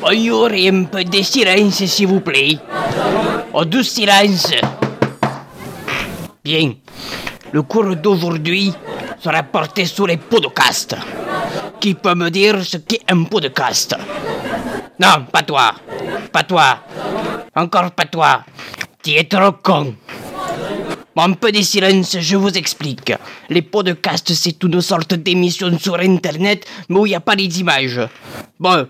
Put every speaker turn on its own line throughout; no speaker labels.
Bonjour et un peu de silence, s'il vous plaît. Oh, du silence. Bien. Le cours d'aujourd'hui sera porté sur les podcasts. Qui peut me dire ce qu'est un podcast Non, pas toi. Pas toi. Encore pas toi. Tu es trop con. Bon, un peu de silence, je vous explique. Les podcasts, c'est une sorte d'émission sur Internet, mais où il n'y a pas les images. Bon,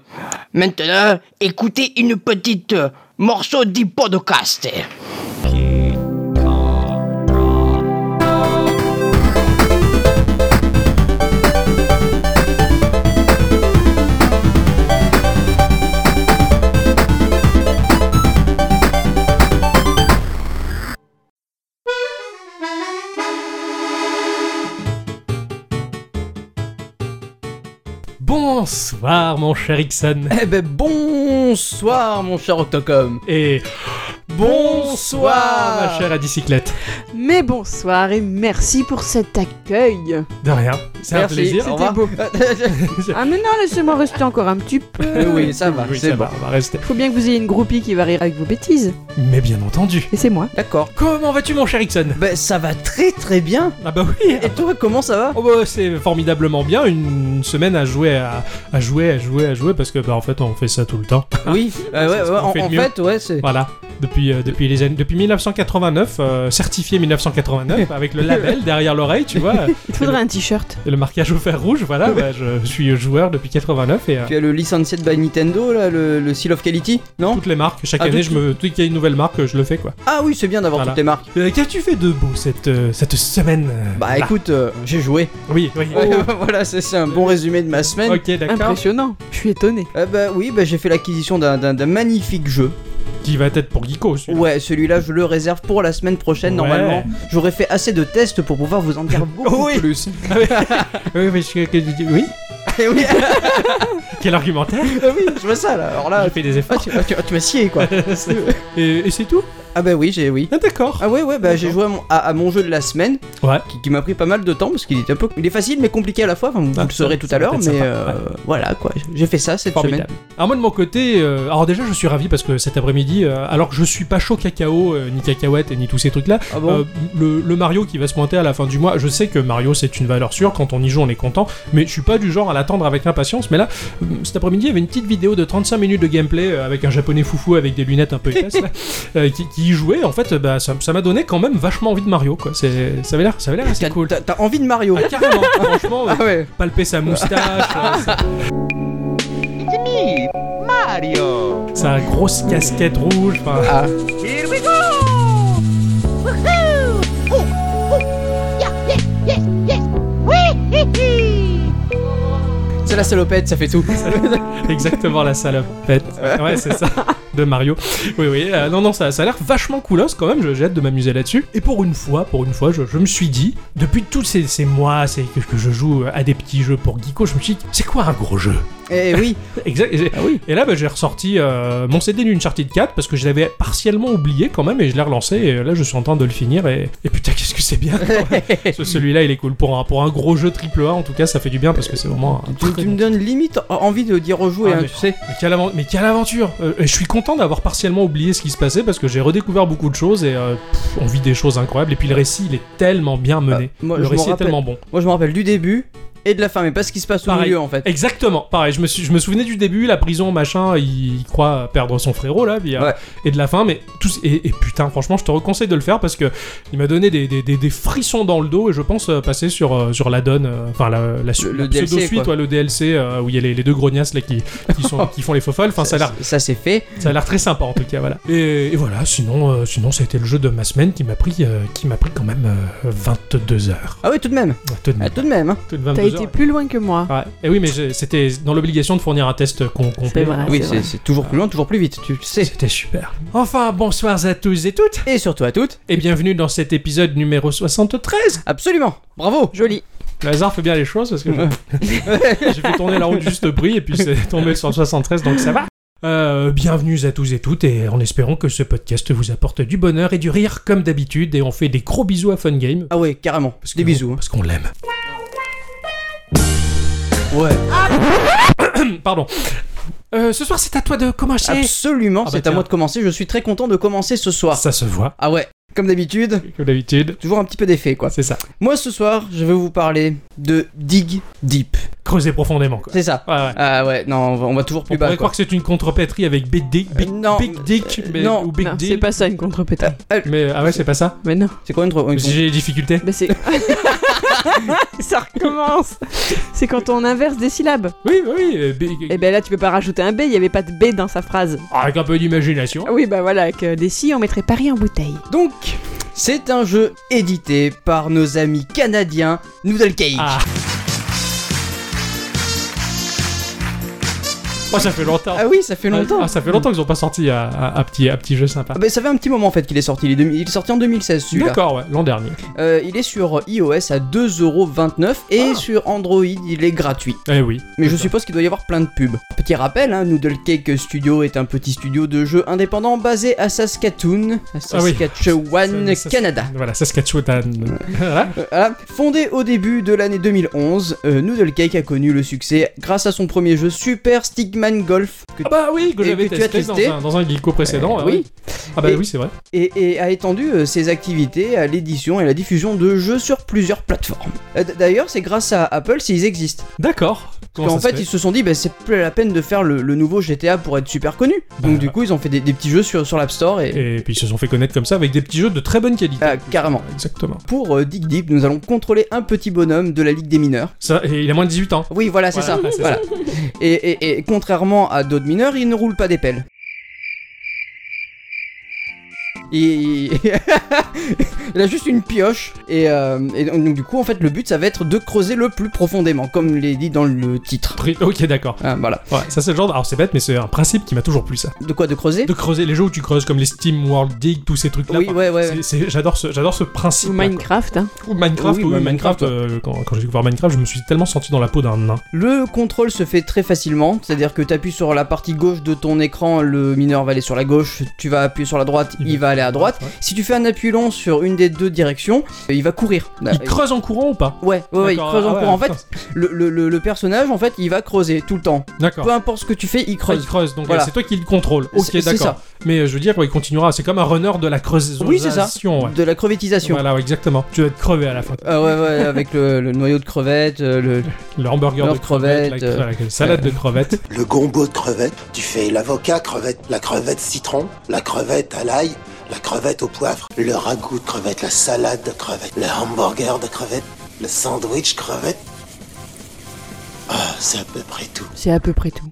maintenant, écoutez une petite euh, morceau du podcast.
Bonsoir mon cher Ixon
Eh ben bonsoir mon cher Octocom
et bonsoir ma chère à bicyclette.
Mais bonsoir et merci pour cet accueil.
De rien, c'est un
Merci,
plaisir.
c'était
au revoir.
beau.
Ah mais non, laissez-moi rester encore un petit
Euh,
peu.
oui, ça va,
Oui,
c'est
ça
bon.
va, on va rester.
Faut bien que vous ayez une groupie qui va rire avec vos bêtises.
Mais bien entendu.
Et c'est moi.
D'accord.
Comment vas-tu mon cher Ixon
Ben ça va très très bien.
Ah bah oui.
Et toi, comment ça va
Oh bah c'est formidablement bien, une semaine à jouer, à, à jouer, à jouer, à jouer, parce que bah en fait on fait ça tout le temps.
Oui, euh, ouais,
C'est ce
ouais,
qu'on
en,
fait de
en
mieux.
fait, ouais, c'est...
Voilà, depuis, euh, depuis, les années, depuis 1989, euh, certifié 1989, avec le label derrière l'oreille, tu vois,
Il te faudrait un t-shirt.
et le marquage au fer rouge, voilà, bah, je suis joueur depuis 89 et... euh,
Tu as le licencié by Nintendo, là, le, le Seal of Quality, non
toutes les marques, chaque
Ah,
année,
toutes-
je me... dès qu'il y a une nouvelle marque, je le fais quoi.
Ah oui, c'est bien d'avoir
Voilà.
toutes les marques.
Euh, Qu'as-tu fait de beau cette, euh, cette semaine euh,
Bah
là
écoute, euh, j'ai joué.
Oui, oui. Oh,
voilà, c'est c'est un bon résumé de ma semaine.
Ok, d'accord.
Impressionnant. Je suis étonné.
Euh, bah oui, bah, j'ai fait l'acquisition d'un- d'un d'un magnifique jeu.
Qui va être pour Geeko celui-là.
Ouais, celui-là, je le réserve pour la semaine prochaine,
Ouais.
normalement. J'aurais fait assez de tests pour pouvoir vous en dire beaucoup
Oui.
plus.
Oui, mais je- que- oui
Eh oui,
Quel argumentaire
Ah oui, je vois ça là. Alors là,
J'ai fait des
ah,
efforts.
tu, ah, tu- ah, tu m'as scié quoi.
et et c'est tout
Ah bah oui, j'ai oui.
Ah, D'accord.
Ah ouais ouais bah j'ai
D'accord.
joué à mon, à- à mon jeu de la semaine
Ouais.
qui, qui m'a pris pas mal de temps parce qu'il est un peu il est facile mais compliqué à la fois enfin, vous
Ah,
le saurez
ça-
tout
ça
à
va
l'heure
être
mais
sympa,
euh, voilà quoi j'ai fait ça cette
Formidable. Alors moi de mon côté, euh, alors déjà je suis ravi parce que cet après-midi, euh, alors que je suis pas chaud cacao, euh, ni cacahuète et ni tous ces trucs-là,
semaine. Ah bon
euh, le, le Mario qui va se pointer à la fin du mois, je sais que Mario c'est une valeur sûre, quand on y joue on est content, mais je suis pas du genre à l'attendre avec impatience, mais là, euh, cet après-midi il y avait une petite vidéo de 35 minutes de gameplay euh, avec un japonais foufou avec des lunettes un peu épaisses là, euh, qui, qui y jouait, en fait euh, bah, ça ça m'a donné quand même vachement envie de Mario, quoi. C'est- ça avait l'air ça avait l'air assez
T'as
cool.
t'as- t'as envie de Mario
Ah, carrément, franchement, euh,
Ah ouais.
palper sa moustache, euh, sa-
Mario.
sa grosse casquette rouge, enfin,
Ah.
Here we go! Woohoo! Oh, oh, yeah, yes, yes, yes! Wee hee hee!
C'est la salopette, ça fait tout.
Exactement la salopette. Ouais, c'est ça. De Mario. Oui, oui. euh, non, non, ça, ça a l'air vachement coolos quand même. je- J'ai hâte de m'amuser là-dessus. Et pour une fois, pour une fois, je, je me suis dit, depuis tous ces, ces mois ces- que, que je joue à des petits jeux pour Geeko, je me suis dit, c'est quoi un gros jeu
Eh oui.
Exact. et j'ai-
Ah oui.
Et là, bah, j'ai ressorti euh, mon CD d'Uncharted 4 parce que je l'avais partiellement oublié quand même et je l'ai relancé. Et là, je suis en train de le finir. Et, et putain, qu'est-ce que c'est bien Parce que Celui-là, il est cool. Pour un, pour un gros jeu AAA, en tout cas, ça fait du bien parce que c'est vraiment Oh, un
tu,
très
tu me donnes limite en- envie de dire rejouer
Ah,
hein,
mais-
tu sais.
mais quelle, avan- mais quelle aventure Euh, Je suis content d'avoir partiellement oublié ce qui se passait parce que j'ai redécouvert beaucoup de choses et euh, pff, on vit des choses incroyables. Et puis le récit, il est tellement bien mené.
Ah, moi,
le
je m'en
récit est
rappelle.
tellement bon.
Moi je me rappelle du début et de la fin mais pas ce qui se passe au
Pareil.
milieu en fait.
Exactement, pareil, je me, suis- je me souvenais du début, la prison, machin, il, il croit perdre son frérot là, puis, euh,
Ouais.
et de la fin, mais tous et, et putain, franchement, je te reconseille de le faire parce que il m'a donné des, des- des- des frissons dans le dos et je pense euh, passer sur, euh, sur la donne, euh, enfin la, la, su-
Le-
la
le DLC,
pseudo-suite,
quoi.
ouais, le DLC euh, où il y a les, les deux grognasses là qui, qui, sont, qui font les faux folles, enfin ça a l'air
ça c'est fait.
Ça a l'air très sympa en tout cas, voilà. Et, et voilà, sinon, euh, sinon ça a été le jeu de ma semaine qui m'a pris, euh, qui m'a pris quand même euh, 22 heures.
Ah oui, tout de même.
Ouais, tout de
Ah,
même,
tout de même hein.
tout de 22
T'as été
heures. Ah,
plus loin que moi.
Ouais. Et oui, mais j'ai- c'était dans l'obligation de fournir un test com- complet.
C'est vrai. Ah,
oui,
c'est vrai.
c'est c'est toujours plus loin, toujours plus vite, tu le sais.
C'était super. Enfin, bonsoir à tous et toutes,
Et surtout à toutes,
et bienvenue dans cet épisode numéro 73.
absolument. Bravo.
Joli.
Le hasard fait bien les choses parce que j'ai fait tourner la route juste au prix et puis c'est tombé sur le 73, donc ça va. Euh, bienvenue à tous et toutes, et en espérant que ce podcast vous apporte du bonheur et du rire comme d'habitude, et on fait des gros bisous à Fun Game.
Ah ouais, carrément.
Parce
Des
que-
bisous. hein.
Parce qu'on l'aime.
Ouais.
Pardon. Euh, ce soir, c'est à toi de commencer.
Absolument,
Ah bah
c'est
tiens.
à moi de commencer. Je suis très content de commencer ce soir.
Ça se voit,
Ah ouais, comme d'habitude,
comme d'habitude.
toujours un petit peu d'effet quoi.
C'est ça.
Moi ce soir, je vais vous parler de Dig Deep.
Creuser profondément, quoi.
C'est ça.
Ouais, ouais.
Ah ouais, non, on va, on va toujours plus
On
bas
pourrait
quoi.
croire que c'est une contrepétrie avec Big Dick, Big,
Euh, non.
Big Dick
Euh,
mais-
non.
ou Big
non,
Deal.
c'est pas ça une contre-pétale.
Mais ah ouais, c'est pas ça.
Mais non,
C'est quoi une tro- une-
Si j'ai des difficultés.
bah c'est. ça recommence C'est quand on inverse des syllabes.
Oui, oui, oui. euh, Big- Ah,
Et ben là, tu peux pas rajouter un B, il y avait pas de B dans sa phrase.
Avec un peu d'imagination.
Ah oui, bah voilà, avec euh, des si, on mettrait Paris en bouteille.
Donc, c'est un jeu édité par nos amis canadiens Noodle Cake.
Ah. Oh, ça fait longtemps.
Ah oui, ça fait longtemps.
Ah, ça fait longtemps qu'ils ont pas sorti un, un- un petit, un petit jeu sympa.
Ah bah, ça fait un petit moment en fait qu'il est sorti. Il est, demi- il est sorti en 2016 celui-là.
D'accord, ouais, l'an dernier.
Euh, il est sur iOS à 2,29€ et sur Android il est gratuit.
Ah. Eh oui.
Mais je
D'accord.
suppose qu'il doit y avoir plein de pubs. Petit rappel, hein, Noodle Cake Studio est un petit studio de jeux indépendant basé à Saskatoon, à
Ah oui.
Saskatchewan,
Ça- ça-
Canada.
Voilà, Saskatchewan. voilà.
Euh, voilà. Fondé au début de l'année 2011, euh, Noodle Cake a connu le succès grâce à son premier jeu Super Stickman Golf que-
Ah bah oui, que
Et
j'avais testé,
que tu as testé
dans un, dans un geeko précédent.
Euh,
ah
oui.
Ah bah
Et-
oui, c'est vrai.
et, et a étendu euh, ses activités à l'édition et la diffusion de jeux sur plusieurs plateformes. Euh, d- D'ailleurs, c'est grâce à Apple s'ils existent.
D'accord.
Parce
Comment
qu'en
ça
fait,
se
ils se sont dit, bah, c'est plus la peine de faire le, le nouveau GTA pour être super connu. Donc,
Bah.
du coup, ils ont fait des, des petits jeux sur, sur l'App Store et.
Et puis ils se sont fait connaître comme ça avec des petits jeux de très bonne qualité.
Ah, carrément.
Exactement.
Pour euh, Dig Deep, nous allons contrôler un petit bonhomme de la Ligue des mineurs.
Ça, et il a moins de 18 ans.
Oui, voilà, c'est
Voilà,
ça.
c'est
Voilà. Et, et- et contrairement à d'autres mineurs, il ne roule pas des pelles. Il... il a juste une pioche et, euh, et donc du coup en fait le but ça va être de creuser le plus profondément comme l'est dit dans le titre.
Pri- Ok, d'accord.
Ah, voilà.
Ouais, ça c'est le genre. de- Alors c'est bête, mais c'est un principe qui m'a toujours plu ça.
De quoi de creuser
De creuser les jeux où tu creuses comme les Steam World Dig, tous ces trucs là.
Oui, ouais, ouais.
J'adore ce, j'adore ce principe.
Ou Minecraft, hein.
Ou Minecraft,
Oui,
oui,
ouais,
Minecraft.
Minecraft, ouais.
euh, quand quand j'ai découvert Minecraft, je me suis tellement senti dans la peau d'un nain.
Le contrôle se fait très facilement, c'est-à-dire que tu appuies sur la partie gauche de ton écran, le mineur va aller sur la gauche, tu vas appuyer sur la droite, il, va aller à droite.
Ouais.
Si tu fais un appui long sur une des deux directions, euh, il va courir.
Il creuse en courant ou pas
Ouais, ouais, ouais, il
D'accord,
creuse
ah
en
ouais,
courant. En fait,
putain.
le, le- le- le personnage, en fait, il va creuser tout le temps.
D'accord.
Peu importe ce que tu fais, il
Ah, il
creuse.
creuse, donc
Voilà.
euh, c'est toi qui le contrôle. Ok,
C'est- c'est
d'accord. Mais euh, je veux dire, ouais, il continuera. C'est comme un runner de la creusation.
Oui, c'est ça.
Ouais.
De la crevettisation.
Voilà, ouais, exactement. Tu vas être crevé à la fin.
Ah ouais, ouais, avec le, le noyau de crevette, euh, le...
Le hamburger
Leur
de crevettes,
crevette,
la,
euh,
voilà, la salade de crevettes.
Le gombo de crevette, tu fais l'avocat crevette, la crevette citron, la crevette à l'ail, la crevette au poivre, le ragoût de crevette, la salade de crevette, le hamburger de crevette, le sandwich crevette. Ah, c'est à peu près tout.
C'est à peu près tout.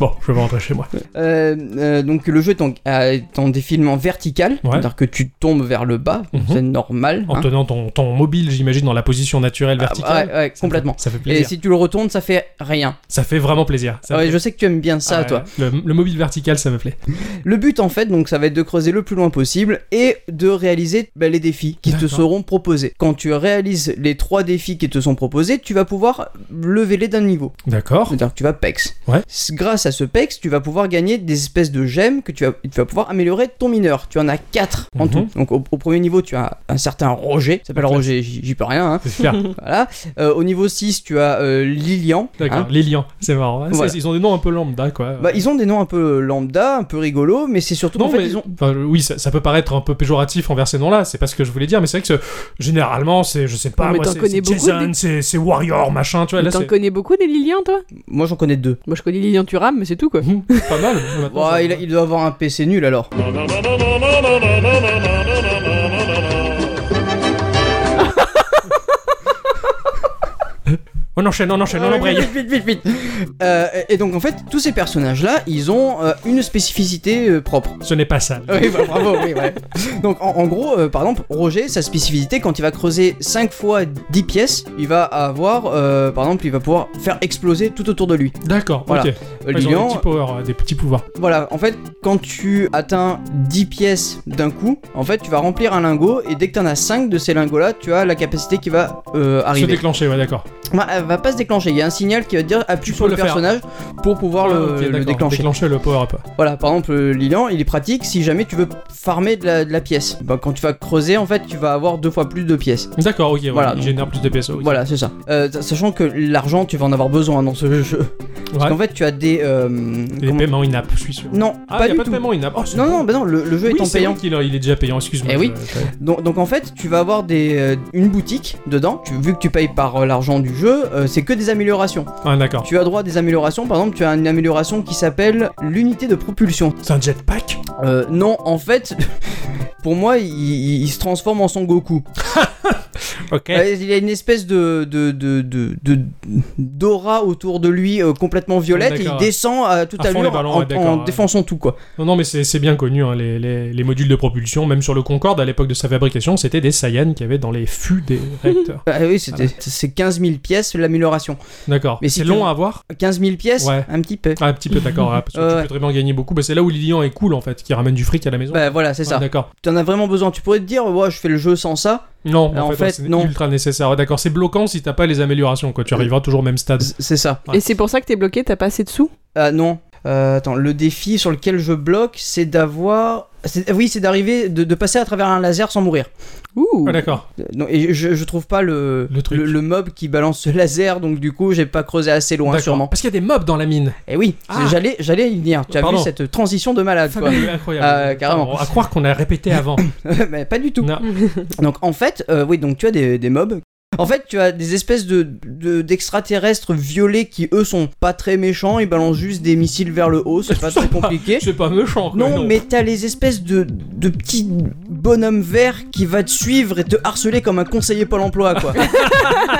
Bon, je vais rentrer chez moi.
Euh, euh, donc le jeu est en, euh, est en défilement vertical, c'est-à-dire que tu tombes vers le bas,
Mhm.
c'est normal.
En
hein. Ah, bah
tenant ton, ton mobile, j'imagine, dans la position naturelle verticale.
Ouais, ouais,
Ça
complètement.
fait- Ça fait
Et
plaisir.
si tu le retournes, ça fait rien.
Ça fait vraiment plaisir. Ça
Ouais,
fait- Ah
je sais que tu aimes bien ça,
Ouais,
toi.
Le, le mobile vertical, ça me plaît.
Le but, en fait, donc, ça va être de creuser le plus loin possible et de réaliser bah, les défis qui te
D'accord.
seront proposés. Quand tu réalises les trois défis qui te sont proposés, tu vas pouvoir lever les d'un niveau.
D'accord.
C'est-à-dire que tu vas pex.
Oh. Ouais.
S- Grâce à ce pex, tu vas pouvoir gagner des espèces de gemmes que tu vas, tu vas pouvoir améliorer ton mineur. Tu en as quatre en
Mhm.
tout. Donc au, au premier niveau, tu as un certain Roger. Ça s'appelle
D'accord.
Roger, j'y j'y peux rien. hein.
C'est clair.
Voilà. Euh, au niveau 6, tu as euh, Lilian.
D'accord.
hein.
les liens, c'est marrant. hein. C'est-
Voilà.
Ils ont des noms un peu lambda, quoi.
Bah, ils ont des noms un peu lambda, un peu rigolos, mais c'est surtout
Non,
en fait,
mais-
ils ont.
enfin, oui, ça, ça peut paraître un peu péjoratif envers ces noms-là, c'est pas ce que je voulais dire, mais c'est vrai que ce- généralement, c'est, je sais pas,
Non, mais
moi,
t'en
c'est,
connais
c'est
beaucoup,
Jason,
des-
c'est, c'est Warrior, machin, tu vois,
Mais
là,
T'en
c'est
connais beaucoup des Lilian, toi
Moi, j'en connais deux.
Moi, je connais Lilian Thuram, mais c'est tout, quoi.
pas mal. maintenant, ça-
Ouais, il, il doit avoir un PC nul alors.
Oh, On enchaîne, on enchaîne, on embraye.
Euh, et et donc en fait, tous ces personnages-là, ils ont euh, une spécificité euh, propre.
Ce n'est pas ça.
Oui, bah, bravo, oui, ouais. Donc en, en gros, euh, par exemple, Roger, sa spécificité, quand il va creuser 5 fois 10 pièces, il va avoir, euh, par exemple, il va pouvoir faire exploser tout autour de lui.
D'accord,
Voilà.
ok.
Euh,
Ils ont
Lilian,
des petits powers, euh, des petits pouvoirs.
voilà, en fait, quand tu atteins 10 pièces d'un coup, en fait, tu vas remplir un lingot, et dès que t'en as 5 de ces lingots-là, tu as la capacité qui va euh,
Se
arriver.
déclencher, ouais, d'accord.
Bah, euh, va pas se déclencher. Il y a un signal qui va dire appuie
Tu
sur
peux
le
le faire.
personnage pour pouvoir le,
Ah, Ok,
le
d'accord.
déclencher.
Déclencher le power-up.
Voilà, par exemple, euh, Lilian, il est pratique si jamais tu veux farmer de la, de la pièce. Bah, quand tu vas creuser, en fait, tu vas avoir deux fois plus de pièces.
D'accord, ok, ouais,
Voilà,
il
donc-
génère plus de PSO. ok.
Voilà, c'est ça. Euh, sachant que l'argent, tu vas en avoir besoin dans ce jeu.
Ouais.
Parce qu'en fait, tu as des. euh,
Les
comment-
paiements in-app, je suis sûr.
Non,
Ah,
pas
y a
du
pas de
tout.
paiement in-app. Oh, c'est
non,
bon.
non, bah non, le, le jeu
Oui,
étant
c'est
payant.
vrai qu'il est- il est déjà payant, excuse-moi. Euh,
Eh oui.
je- je-
Donc, donc en fait, tu vas avoir des, euh, une boutique dedans. Tu- vu que tu payes par euh, l'argent du jeu, euh, c'est que des améliorations.
Ah, d'accord.
Tu as droit à des améliorations. Par exemple, tu as une amélioration qui s'appelle l'unité de propulsion.
C'est un jetpack
Euh, non, en fait, pour moi, il, il- il se transforme en Son Goku.
Ok.
Euh, Il a une espèce de de de de- de- d'aura autour de lui euh, complètement violette. et il
D'accord.
descend à toute
À fond les
allure
ballons,
en,
ouais, d'accord,
en
ouais.
défonçant tout quoi.
Non, non, mais c'est c'est bien connu, hein, les, les- les modules de propulsion, même sur le Concorde, à l'époque de sa fabrication, c'était des Saiyans qui avaient dans les fûts des réacteurs.
Ah oui, c'était c'est 15 000 pièces l'amélioration.
D'accord.
Mais si
c'est
tu-
long à avoir
15 000 pièces,
Ouais.
un petit peu.
Ah, un petit peu, d'accord. ouais, parce que
Ouais.
tu peux très bien gagner beaucoup. Bah, c'est là où Lilian est cool, en fait, qui ramène du fric à la maison.
Bah voilà, c'est
Ah,
ça.
D'accord.
T'en as vraiment besoin. Tu pourrais te dire, ouais, je fais le jeu sans ça.
Non,
Euh,
en,
en
fait,
fait,
c'est
non. Euh,
ultra nécessaire. Ouais, D'accord, c'est bloquant si t'as pas les améliorations, quoi. Tu arriveras toujours au même stade.
C- C'est ça.
Ouais.
Et c'est pour ça que t'es bloqué, t'as pas assez de sous
Ah non. Euh, attends, le défi sur lequel je bloque, c'est d'avoir. c'est- ah Oui, c'est d'arriver, de, de passer à travers un laser sans mourir.
Ouh
Ah, d'accord.
Euh, Non, et je, je trouve pas le,
Le truc.
mob qui balance ce laser, donc du coup, j'ai pas creusé assez loin,
D'accord.
sûrement.
Parce qu'il y a des mobs dans la mine.
Et oui,
Ah.
j'allais, j'allais y venir. Tu as
Pardon.
vu cette transition de malade, quoi.
Fabuleux, incroyable.
Ah, carrément.
Bon, à croire qu'on a répété avant.
Mais pas du tout.
Non.
Donc en fait, euh, oui, donc tu as des, des mobs. En fait, tu as des espèces de de- d'extraterrestres violets qui eux sont pas très méchants, ils balancent juste des missiles vers le haut, c'est pas très compliqué.
C'est pas méchant. quoi,
Non, mais t'as les espèces de, de petits bonhommes verts qui va te suivre et te harceler comme un conseiller Pôle emploi, quoi.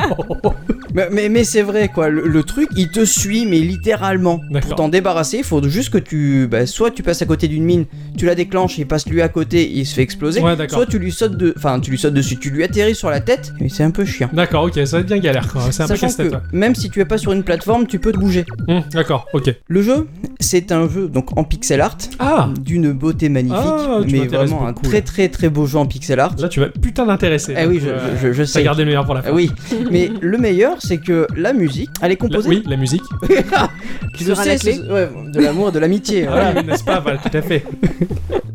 mais mais, mais c'est vrai, quoi. Le, le truc, il te suit, mais littéralement. Pour
D'accord.
t'en débarrasser, il faut juste que tu. bah, soit tu passes à côté d'une mine, tu la déclenches, il passe lui à côté, il se fait exploser.
Ouais, d'accord.
soit tu lui sautes de. Enfin, tu lui sautes dessus, tu lui atterris sur la tête, et c'est un peu chiant.
D'accord, ok, ça va être bien galère quand même. C'est un peu
Sachant
casse-tête.
que même si tu es pas sur une plateforme, tu peux te bouger.
ouais. Hum, D'accord, ok.
Le jeu, c'est un jeu donc en pixel art
Ah
d'une beauté magnifique,
Ah, tu
mais
m'intéresses
vraiment un
beaucoup,
très
là.
très très beau jeu en pixel art.
Là, tu vas putain d'intéresser.
Eh oui, je,
Euh,
je, je
T'as
sais.
gardé le meilleur pour la fin.
Ah oui, mais le meilleur, c'est que la musique, elle est
La-
composée.
oui, la musique.
Je
sera
sais,
la clé.
c'est- ouais, de l'amour, de l'amitié. voilà.
Ah oui, n'est-ce pas Val, Tout à fait.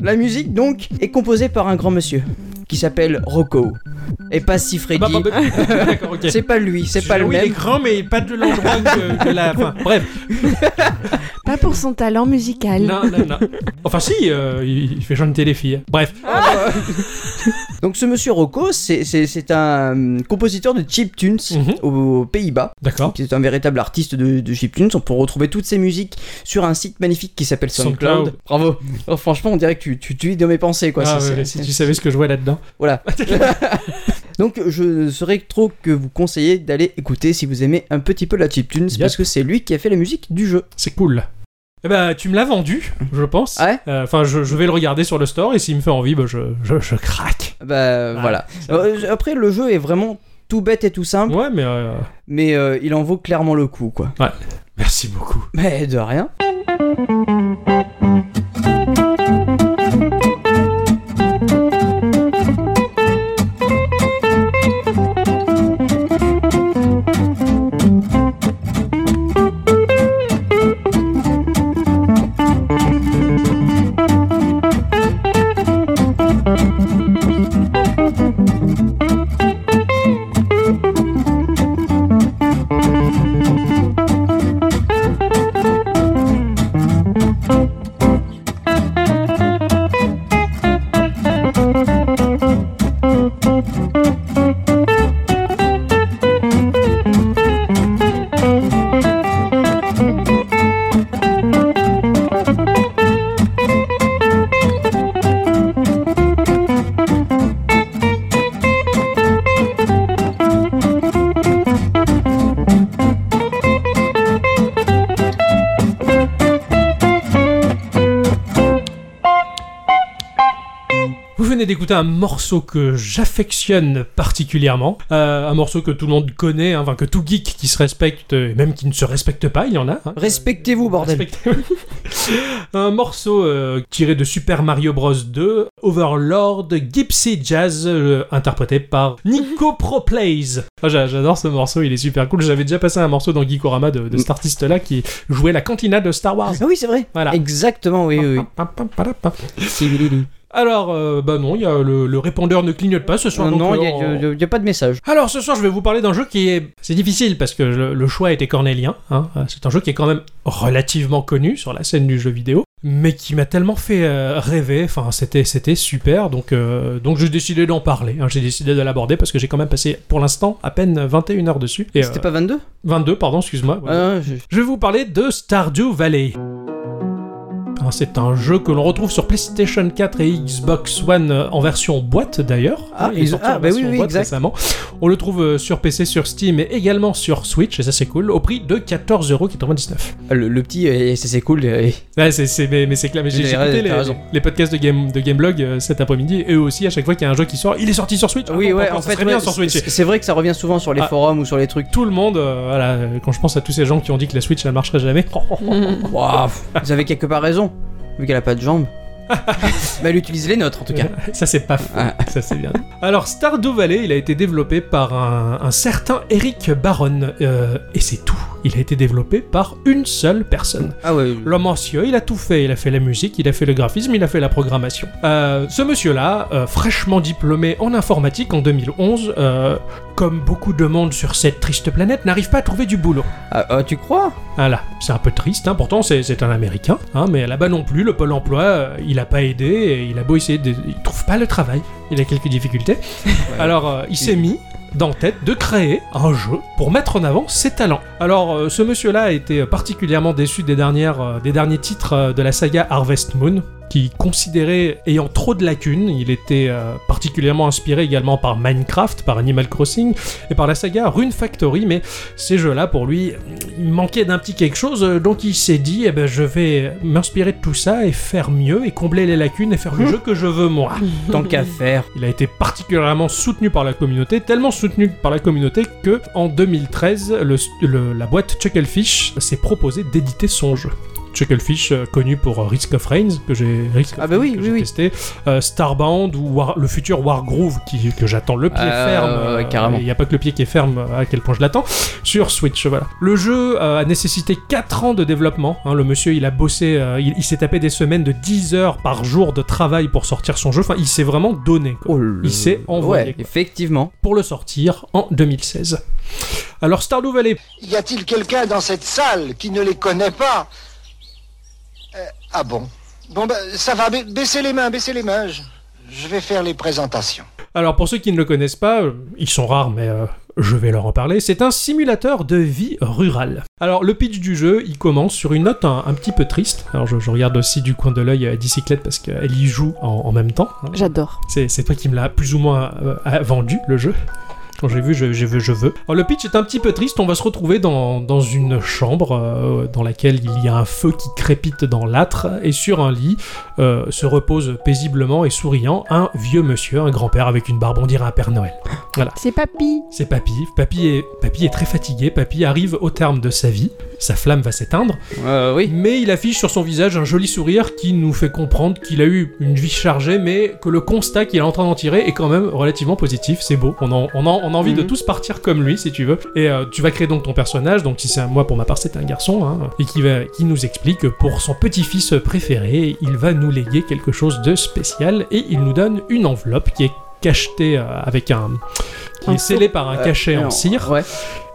La musique donc est composée par un grand monsieur qui s'appelle Rocco et pas si Freddy.
Bah, bah, bah, D'accord, ok.
C'est pas lui, c'est pas le
Eh oui, Il est
même.
grand, mais pas de l'endroit que, que la. Enfin, bref.
Pas pour son talent musical.
Non, non, non. Enfin, si, euh, il il fait jeune téléfille. hein. Bref. Ah.
Donc ce monsieur Rocco, c'est- c'est c'est un euh, compositeur de chip tunes
Mhm.
aux Pays-Bas.
D'accord.
qui est un véritable artiste de, de chiptunes. On peut retrouver toutes ses musiques sur un site magnifique qui s'appelle SoundCloud.
SoundCloud.
Bravo. Oh, franchement, on dirait que tu, tu, tu lis dans mes pensées, quoi.
Ah,
Ça,
ouais,
c'est-
si tu savais ce que je vois là-dedans.
Voilà. Donc, je ne saurais trop que vous conseiller d'aller écouter si vous aimez un petit peu la chiptune,
Yep.
parce que c'est lui qui a fait la musique du jeu.
C'est cool. Eh ben, tu me l'as vendu, je pense.
Ouais.
Euh, Enfin, je, je vais le regarder sur le store et s'il me fait envie, bah, je, je, je craque.
Bah
Ah,
voilà. Euh, après, le jeu est vraiment tout bête et tout simple,
Ouais, mais euh,
mais euh, il en vaut clairement le coup, quoi.
merci beaucoup.
Mais de rien.
Vous venez d'écouter un morceau que j'affectionne particulièrement, euh, un morceau que tout le monde connaît, hein, enfin que tout geek qui se respecte, et même qui ne se respecte pas, il y en a. hein.
Respectez-vous, bordel.
Respectez- un morceau euh, tiré de Super Mario Bros 2, Overlord, Gypsy Jazz, euh, interprété par Nico Proplays. Ah, j'a- J'adore ce morceau, il est super cool. J'avais déjà passé un morceau dans Geekorama de, de
Mm.
cet artiste-là qui jouait la cantina de Star Wars.
Ah oui, c'est vrai.
Voilà.
Exactement, oui, oui. oui.
Alors, euh, bah non, il y a le, le répondeur ne clignote pas ce soir.
Non,
donc,
non,
euh,
il n'y
on-
a, y a pas de message.
Alors ce soir, je vais vous parler d'un jeu qui est... C'est difficile parce que le, le choix était cornélien. hein. Euh, C'est un jeu qui est quand même relativement connu sur la scène du jeu vidéo, mais qui m'a tellement fait euh, rêver. Enfin, c'était, c'était super. Donc, euh, donc j'ai décidé d'en parler. hein. J'ai décidé de l'aborder parce que j'ai quand même passé pour l'instant à peine 21 heures dessus. Et,
C'était
euh,
pas 22
22, pardon, excuse-moi. Ouais.
Ah, je-
Je vais vous parler de Stardew Valley. Alors, C'est un jeu que l'on retrouve sur PlayStation 4 et Xbox One euh, en version boîte d'ailleurs.
Ah,
il est
ils-
sorti
ah,
en
bah oui,
version
oui,
boîte
exact.
récemment. On le trouve euh, sur PC, sur Steam et également sur Switch, et ça c'est cool, au prix de 14,99€.
Le, le petit, euh, c'est c'est cool. euh,
Ouais, c'est, c'est- mais, mais c'est clair, mais j'ai,
Mais
j'ai
t'as
écouté les,
raison.
les podcasts de, game, de Gameblog euh, cet après-midi, et eux aussi, à chaque fois qu'il y a un jeu qui sort, il est sorti sur Switch. Ah,
Oui,
bon,
ouais,
bon,
en
ça
fait,
serait
ouais,
bien sur Switch.
c'est c'est vrai que ça revient souvent sur les
Ah.
forums ou sur les trucs.
Tout le monde, euh, voilà, euh, quand je pense à tous ces gens qui ont dit que la Switch elle marcherait jamais.
Waouh, vous avez quelque part raison, vu qu'elle a pas de jambes. Mais elle utilise les nôtres en tout cas.
Ça, c'est pas fou.
Ah.
Ça, c'est bien. Alors, Stardew Valley, il a été développé par un, un certain Eric Baron. euh, et c'est tout. Il a été développé par une seule personne.
Ah ouais.
Le monsieur, il a tout fait. Il a fait la musique, il a fait le graphisme, il a fait la programmation. Euh, ce monsieur-là, euh, fraîchement diplômé en informatique en 2011, euh, comme beaucoup de monde sur cette triste planète, n'arrive pas à trouver du boulot.
Ah, ah, tu crois
Voilà, c'est un peu triste, hein. pourtant c'est c'est un Américain, hein, mais là-bas non plus, le Pôle emploi, euh, il a pas aidé, et il a beau essayer, de... il trouve pas le travail, il a quelques difficultés. Alors euh, il s'est mis dans tête de créer un jeu pour mettre en avant ses talents. Alors euh, ce monsieur-là a été particulièrement déçu des, dernières, euh, des derniers titres euh, de la saga Harvest Moon, qui considérait ayant trop de lacunes, il était euh, particulièrement inspiré également par Minecraft, par Animal Crossing et par la saga Rune Factory, mais ces jeux-là, pour lui, il manquait d'un petit quelque chose, euh, donc il s'est dit, eh ben, je vais m'inspirer de tout ça et faire mieux, et combler les lacunes, et faire
Mmh.
le jeu que je veux moi.
Tant qu'à faire.
Il a été particulièrement soutenu par la communauté, tellement soutenu par la communauté que, en 2013, le- le- la boîte Chucklefish s'est proposée d'éditer son jeu. Chucklefish, euh, connu pour euh, Risk of Rain, que j'ai Risk of
Ah bah
Rain,
oui,
que
oui,
j'ai
oui.
testé, euh, Starbound ou War- le futur Wargroove qui, que j'attends le pied
Euh,
ferme.
ouais, carrément.
Il n'y a pas que le pied qui est ferme euh, à quel point je l'attends. Sur Switch, voilà. Le jeu euh, a nécessité 4 ans de développement. hein. le monsieur, il a bossé, euh, il, il s'est tapé des semaines de 10 heures par jour de travail pour sortir son jeu. Enfin, il s'est vraiment donné. quoi
Oh, le-
Il s'est envoyé,
Ouais,
quoi.
effectivement.
pour le sortir en 2016. Alors Stardew Valley,
Y a-t-il quelqu'un dans cette salle qui ne les connaît pas Euh, Ah bon Bon, bah, ça va, ba- baissez les mains, baissez les mains. Je, je vais faire les présentations.
alors pour ceux qui ne le connaissent pas, euh, ils sont rares mais euh, je vais leur en parler, c'est un simulateur de vie rurale. Alors le pitch du jeu, il commence sur une note un, un petit peu triste. Alors je, je regarde aussi du coin de l'œil euh, Dicyclette parce qu'elle y joue en, en même temps. hein.
J'adore.
C'est c'est toi qui me l'as plus ou moins euh, euh, vendu, le jeu. Quand j'ai vu, je, je veux, je veux. Alors, le pitch est un petit peu triste. On va se retrouver dans, dans une chambre euh, dans laquelle il y a un feu qui crépite dans l'âtre. Et sur un lit euh, se repose paisiblement et souriant un vieux monsieur, un grand-père avec une barbe, on dirait un Père Noël.
C'est papy.
C'est Papy. Papy est, papy est très fatigué. Papy arrive au terme de sa vie. Sa flamme va s'éteindre.
Euh, oui.
Mais il affiche sur son visage un joli sourire qui nous fait comprendre qu'il a eu une vie chargée, mais que le constat qu'il est en train d'en tirer est quand même relativement positif. C'est beau. On, en- on en- on a envie de
Mhm.
tous partir comme lui, si tu veux. Et euh, tu vas créer donc ton personnage. Donc, si c'est un- moi, pour ma part, c'est un garçon, hein, et qui, va, qui nous explique que pour son petit-fils préféré, il va nous léguer quelque chose de spécial et il nous donne une enveloppe qui est cachetée euh, avec un. qui
Un
est scellée par un cachet
Euh,
en cire.
Ouais.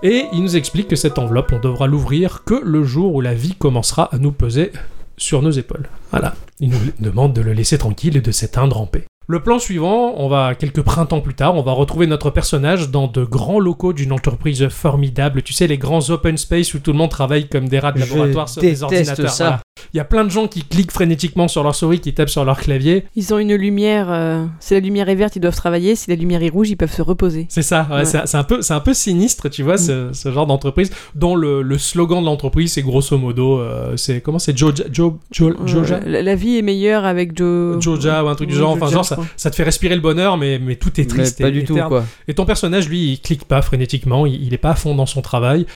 Et il nous explique que cette enveloppe, on devra l'ouvrir que le jour où la vie commencera à nous peser sur nos épaules. Voilà. Il nous demande de le laisser tranquille et de s'éteindre en paix. Le plan suivant, on va quelques printemps plus tard, on va retrouver notre personnage dans de grands locaux d'une entreprise formidable. Tu sais, les grands open space où tout le monde travaille comme des rats de
Je
laboratoire sur des
déteste
ordinateurs.
ça.
voilà. Il y a plein de gens qui cliquent frénétiquement sur leur souris, qui tapent sur leur clavier.
Ils ont une lumière. euh, si la lumière est verte, ils doivent travailler. Si la lumière est rouge, ils peuvent se reposer.
C'est ça, ouais,
Ouais.
c'est c'est un, peu- c'est un peu sinistre, tu vois, ce,
Mm.
ce genre d'entreprise, dont le, le slogan de l'entreprise, c'est grosso modo, euh, c'est comment c'est Joja, Jo- Jo-
Euh,
Joja
la, la vie est meilleure avec
Euh,
Joe.
Joja ou un truc du genre, enfin
Joja,
genre
je
ça,
crois.
ça te fait respirer le bonheur, mais, mais tout est
Mais
triste.
pas
et- et
du tout,
terne.
quoi.
Et ton personnage, lui, il clique pas frénétiquement, il, il est pas à fond dans son travail.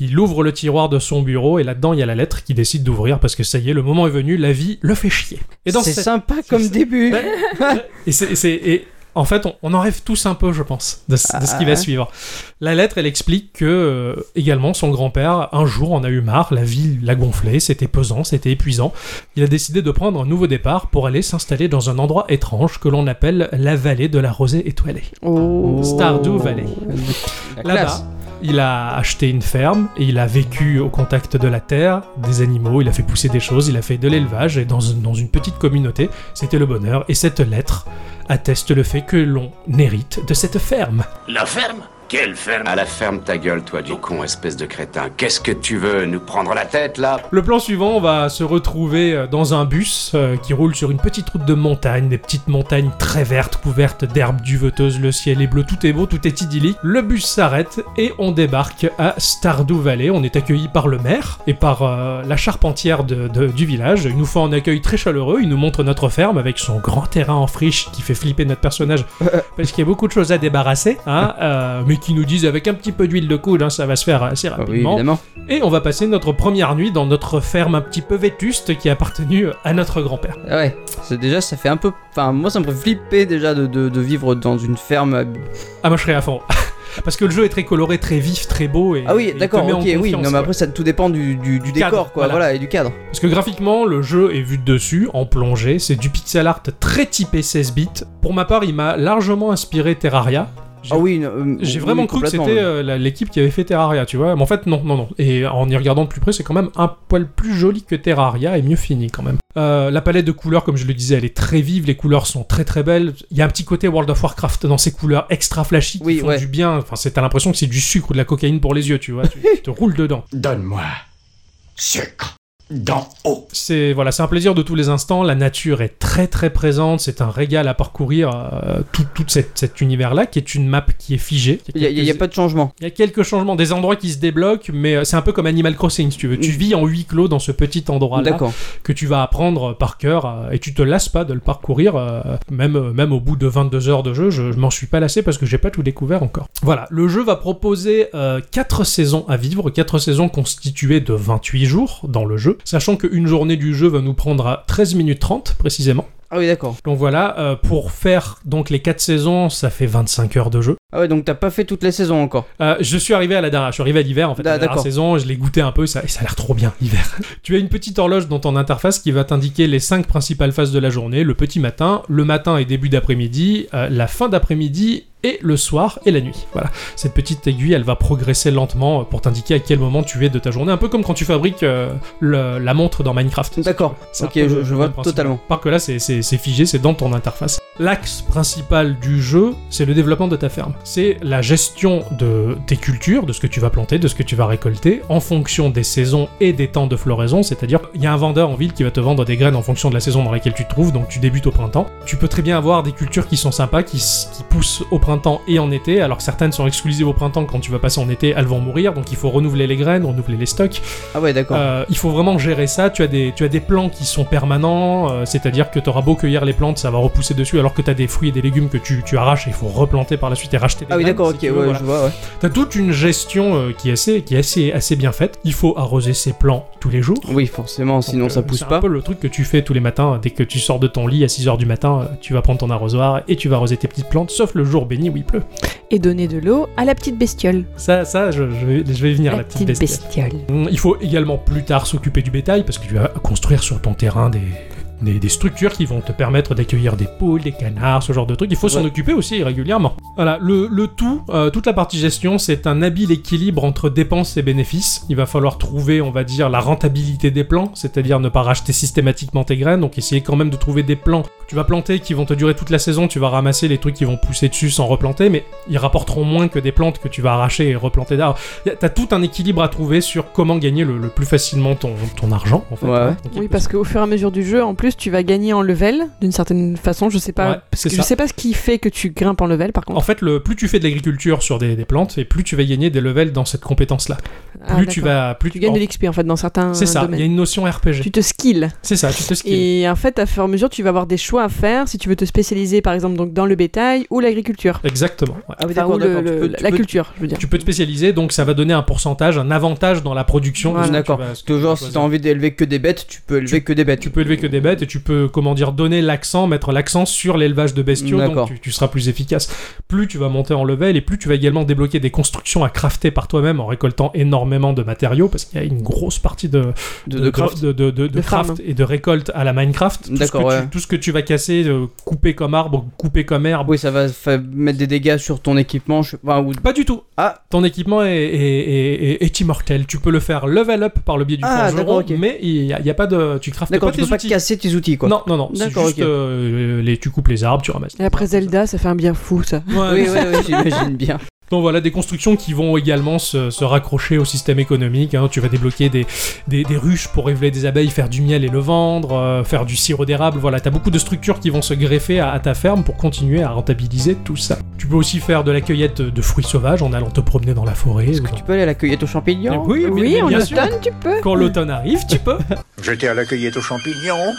Il ouvre le tiroir de son bureau et là-dedans il y a la lettre qu'il décide d'ouvrir parce que ça y est, le moment est venu, la vie le fait chier. Et dans
C'est
cette-
sympa comme
c'est-
début.
Ouais. Et, c'est- et c'est- et en fait, on, on en rêve tous un peu, je pense, de, ce- de ce qui va
Ah.
suivre. La lettre, elle explique que euh, également son grand-père, un jour, en a eu marre, la vie l'a gonflé, c'était pesant, c'était épuisant. Il a décidé de prendre un nouveau départ pour aller s'installer dans un endroit étrange que l'on appelle la vallée de la rosée étoilée.
Oh.
Stardew Valley. Là-bas, il a acheté une ferme et il a vécu au contact de la terre, des animaux, il a fait pousser des choses, il a fait de l'élevage et dans, une- dans une petite communauté, c'était le bonheur. Et cette lettre atteste le fait que l'on hérite de cette ferme.
La ferme Quelle ferme Oh.
À la ferme ta gueule, toi, du con, espèce de crétin. Qu'est-ce que tu veux Nous prendre la tête, là
Le plan suivant, on va se retrouver euh, dans un bus euh, qui roule sur une petite route de montagne, des petites montagnes très vertes, couvertes d'herbes duveteuses, le ciel est bleu, tout est beau, tout est idyllique. Le bus s'arrête et on débarque à Stardew Valley. On est accueilli par le maire et par euh, la charpentière de- de- du village. Il nous fait un accueil très chaleureux, il nous montre notre ferme avec son grand terrain en friche qui fait flipper notre personnage parce qu'il y a beaucoup de choses à débarrasser, hein, euh, mais qui nous disent avec un petit peu d'huile de coude, hein, ça va se faire assez
Ah oui,
rapidement.
évidemment.
Et on va passer notre première nuit dans notre ferme un petit peu vétuste qui a appartenu à notre grand-père.
Ah Ouais, c'est déjà ça fait un peu. Enfin, moi ça me fait flipper déjà de, de, de vivre dans une ferme. hab-
Ah, moi je serais à fond. Parce que le jeu est très coloré, très vif, très beau. Et,
Ah
et
oui,
te
d'accord,
met en
ok, oui.
confiance,
Non, mais
quoi.
après ça tout dépend du, du, du
Cadre,
décor, quoi,
voilà.
voilà. et du cadre.
Parce que graphiquement, le jeu est vu de dessus, en plongée. C'est du pixel art très typé 16 bits. Pour ma part, il m'a largement inspiré Terraria. J'ai-
Ah oui, non, euh,
J'ai
oui,
vraiment cru que
complètement,
c'était
oui.
euh, la- l'équipe qui avait fait Terraria, tu vois. Mais en fait, non, non, non. Et en y regardant de plus près, c'est quand même un poil plus joli que Terraria et mieux fini quand même. Euh, la palette de couleurs, comme je le disais, elle est très vive. Les couleurs sont très très belles. Il y a un petit côté World of Warcraft dans ces couleurs extra flashy qui
Oui,
font
ouais.
du bien. Enfin, c'est- t'as l'impression que c'est du sucre ou de la cocaïne pour les yeux, tu vois. tu tu te roules dedans.
Donne-moi. Sucre. D'en haut.
C'est voilà, c'est un plaisir de tous les instants. La nature est très très présente. C'est un régal à parcourir euh, tout, tout cet, cet univers-là, qui est une map qui est figée.
Il y a- il y a, il y a pas de changement.
Il y a quelques changements, des endroits qui se débloquent, mais euh, c'est un peu comme Animal Crossing, si tu veux. Tu vis en huis clos dans ce petit endroit-là
D'accord.
que tu vas apprendre euh, par cœur euh, et tu te lasses pas de le parcourir, euh, même, euh, même au bout de 22 heures de jeu. Je, je m'en suis pas lassé parce que j'ai pas tout découvert encore. Voilà, le jeu va proposer 4 saisons à vivre, 4 saisons constituées de 28 jours dans le jeu, sachant qu'une journée du jeu va nous prendre à 13 minutes 30 précisément.
Ah oui, d'accord.
Donc voilà, euh, pour faire donc les 4 saisons, ça fait 25 heures de jeu.
Ah ouais, donc t'as pas fait toute la saison encore.
Euh, je suis arrivé à la dernière, je suis arrivé à l'hiver en fait, la
Ah,
dernière
d'accord.
saison, je l'ai goûté un peu, ça, et ça a l'air trop bien l'hiver. tu as une petite horloge dans ton interface qui va t'indiquer les cinq principales phases de la journée, le petit matin, le matin et début d'après-midi, euh, la fin d'après-midi et le soir et la nuit. Voilà. Cette petite aiguille, elle va progresser lentement euh, pour t'indiquer à quel moment tu es de ta journée, un peu comme quand tu fabriques euh, le- la montre dans Minecraft.
D'accord.
C'est un
Ok,
peu
je,
le
je
même
vois
principe.
totalement.
Par que là, c'est c'est- c'est figé, c'est dans ton interface. L'axe principal du jeu, c'est le développement de ta ferme. C'est la gestion de tes cultures, de ce que tu vas planter, de ce que tu vas récolter, en fonction des saisons et des temps de floraison. C'est-à-dire, il y a un vendeur en ville qui va te vendre des graines en fonction de la saison dans laquelle tu te trouves, donc tu débutes au printemps. Tu peux très bien avoir des cultures qui sont sympas, qui, s- qui poussent au printemps et en été, alors que certaines sont exclusives au printemps, quand tu vas passer en été, elles vont mourir, donc il faut renouveler les graines, renouveler les stocks.
Ah ouais, d'accord.
Euh, il faut vraiment gérer ça. Tu as des, tu as des plans qui sont permanents, euh, c'est-à-dire que tu auras beau cueillir les plantes, ça va repousser dessus, alors que tu as des fruits et des légumes que tu, tu arraches et il faut replanter par la suite et racheter des
ah oui,
graines,
d'accord,
si
ok,
tu
ouais,
veux, voilà.
je vois, ouais.
T'as toute une gestion euh, qui est, assez, qui est assez, assez bien faite. Il faut arroser ses plants tous les jours.
Oui, forcément, sinon
Donc, euh,
ça pousse
C'est
pas.
un peu le truc que tu fais tous les matins. Dès que tu sors de ton lit à 6h du matin, euh, tu vas prendre ton arrosoir et tu vas arroser tes petites plantes, sauf le jour béni où il pleut.
Et donner de l'eau à la petite bestiole.
Ça, ça je, je vais, je vais y venir, la, petite bestiole. Hum, Il faut également plus tard s'occuper du bétail parce que tu vas construire sur ton terrain des des, des structures qui vont te permettre d'accueillir des poules, des canards, ce genre de trucs. Il faut s'en
Ouais.
occuper aussi régulièrement. Voilà, le, le tout, euh, toute la partie gestion, c'est un habile équilibre entre dépenses et bénéfices. Il va falloir trouver, on va dire, la rentabilité des plans, c'est-à-dire ne pas racheter systématiquement tes graines, donc essayer quand même de trouver des plants que tu vas planter qui vont te durer toute la saison, tu vas ramasser les trucs qui vont pousser dessus sans replanter, mais ils rapporteront moins que des plantes que tu vas arracher et replanter d'arbres. Y a- T'as tout un équilibre à trouver sur comment gagner le, le plus facilement ton, ton argent, en fait.
Ouais, ouais.
hein, en quelque
Oui, parce qu'au fur et à mesure du jeu, en plus, tu vas gagner en level, d'une certaine façon, je sais pas.
Ouais,
parce
c'est
que je
ça.
sais pas ce qui fait que tu grimpes en level, par
En
contre.
fait, le, plus tu fais de l'agriculture sur des, des plantes, et plus tu vas gagner des levels dans cette compétence-là.
Ah,
plus tu
d'accord.
vas, plus
Tu gagnes
en-
de l'XP, en fait, dans certains
C'est ça. Il y a
domaines.
une notion RPG.
Tu te skills.
C'est ça. Tu te skills.
Et en fait, à fur et à mesure, tu vas avoir des choix à faire si tu veux te spécialiser, par exemple, donc dans le bétail ou l'agriculture.
Euh, Exactement. ouais.
Ah oui,
Enfin,
d'accord,
ou le-
d'accord. tu
le-
peux- tu
la
peux-
culture, je veux dire.
Tu peux te spécialiser, donc ça va donner un pourcentage, un avantage dans la production. de ce
Voilà.
que tu
D'accord.
vas- ce que tu vas
Toujours, si
choisir.
t'as envie d'élever que des bêtes, tu peux élever que des bêtes.
Tu peux élever que des bêtes et tu peux, comment dire, donner l'accent, mettre l'accent sur l'élevage de bestiaux, donc
D'accord.
tu, tu seras plus efficace. Plus tu vas monter en level et plus tu vas également débloquer des constructions à crafter par toi-même en récoltant énormément de matériaux, parce qu'il y a une grosse partie de,
de, de craft.
de- de- de- de
De farm.
craft et de récolte à la Minecraft. Tout ce, que
D'accord,
tu,
ouais.
tout ce que tu vas casser, euh, couper comme arbre, couper comme herbe.
Oui, ça va fa- mettre des dégâts sur ton équipement. je- enfin, ou-
Pas du tout.
Ah.
Ton équipement est, est- est- est- est immortel. Tu peux le faire level up par le biais du
Ah,
forgeron,
d'accord, ok.
mais il n'y a, il y a pas de. Tu craftes
D'accord,
pas
tu
tes
peux pas
outils.
casser tes outils, quoi.
non, non, non. C'est
D'accord,
juste
ok.
euh, les, tu coupes les arbres, tu ramasses.
Et après Zelda, ça fait un bien fou, ça.
Ouais,
Oui,
c'est
oui, oui, j'imagine bien.
Donc voilà, des constructions qui vont également se, se raccrocher au système économique. hein. Tu vas débloquer des, des, des ruches pour élever des abeilles, faire du miel et le vendre, euh, faire du sirop d'érable. Voilà, t'as beaucoup de structures qui vont se greffer à, à ta ferme pour continuer à rentabiliser tout ça. Tu peux aussi faire de la cueillette de fruits sauvages en allant te promener dans la forêt.
Est-ce que tu peux aller à la cueillette aux champignons Ah,
Oui, mais- mais
oui, en
bien sûr.
automne, tu peux.
Quand l'automne arrive, tu peux.
J'étais à la cueillette aux champignons.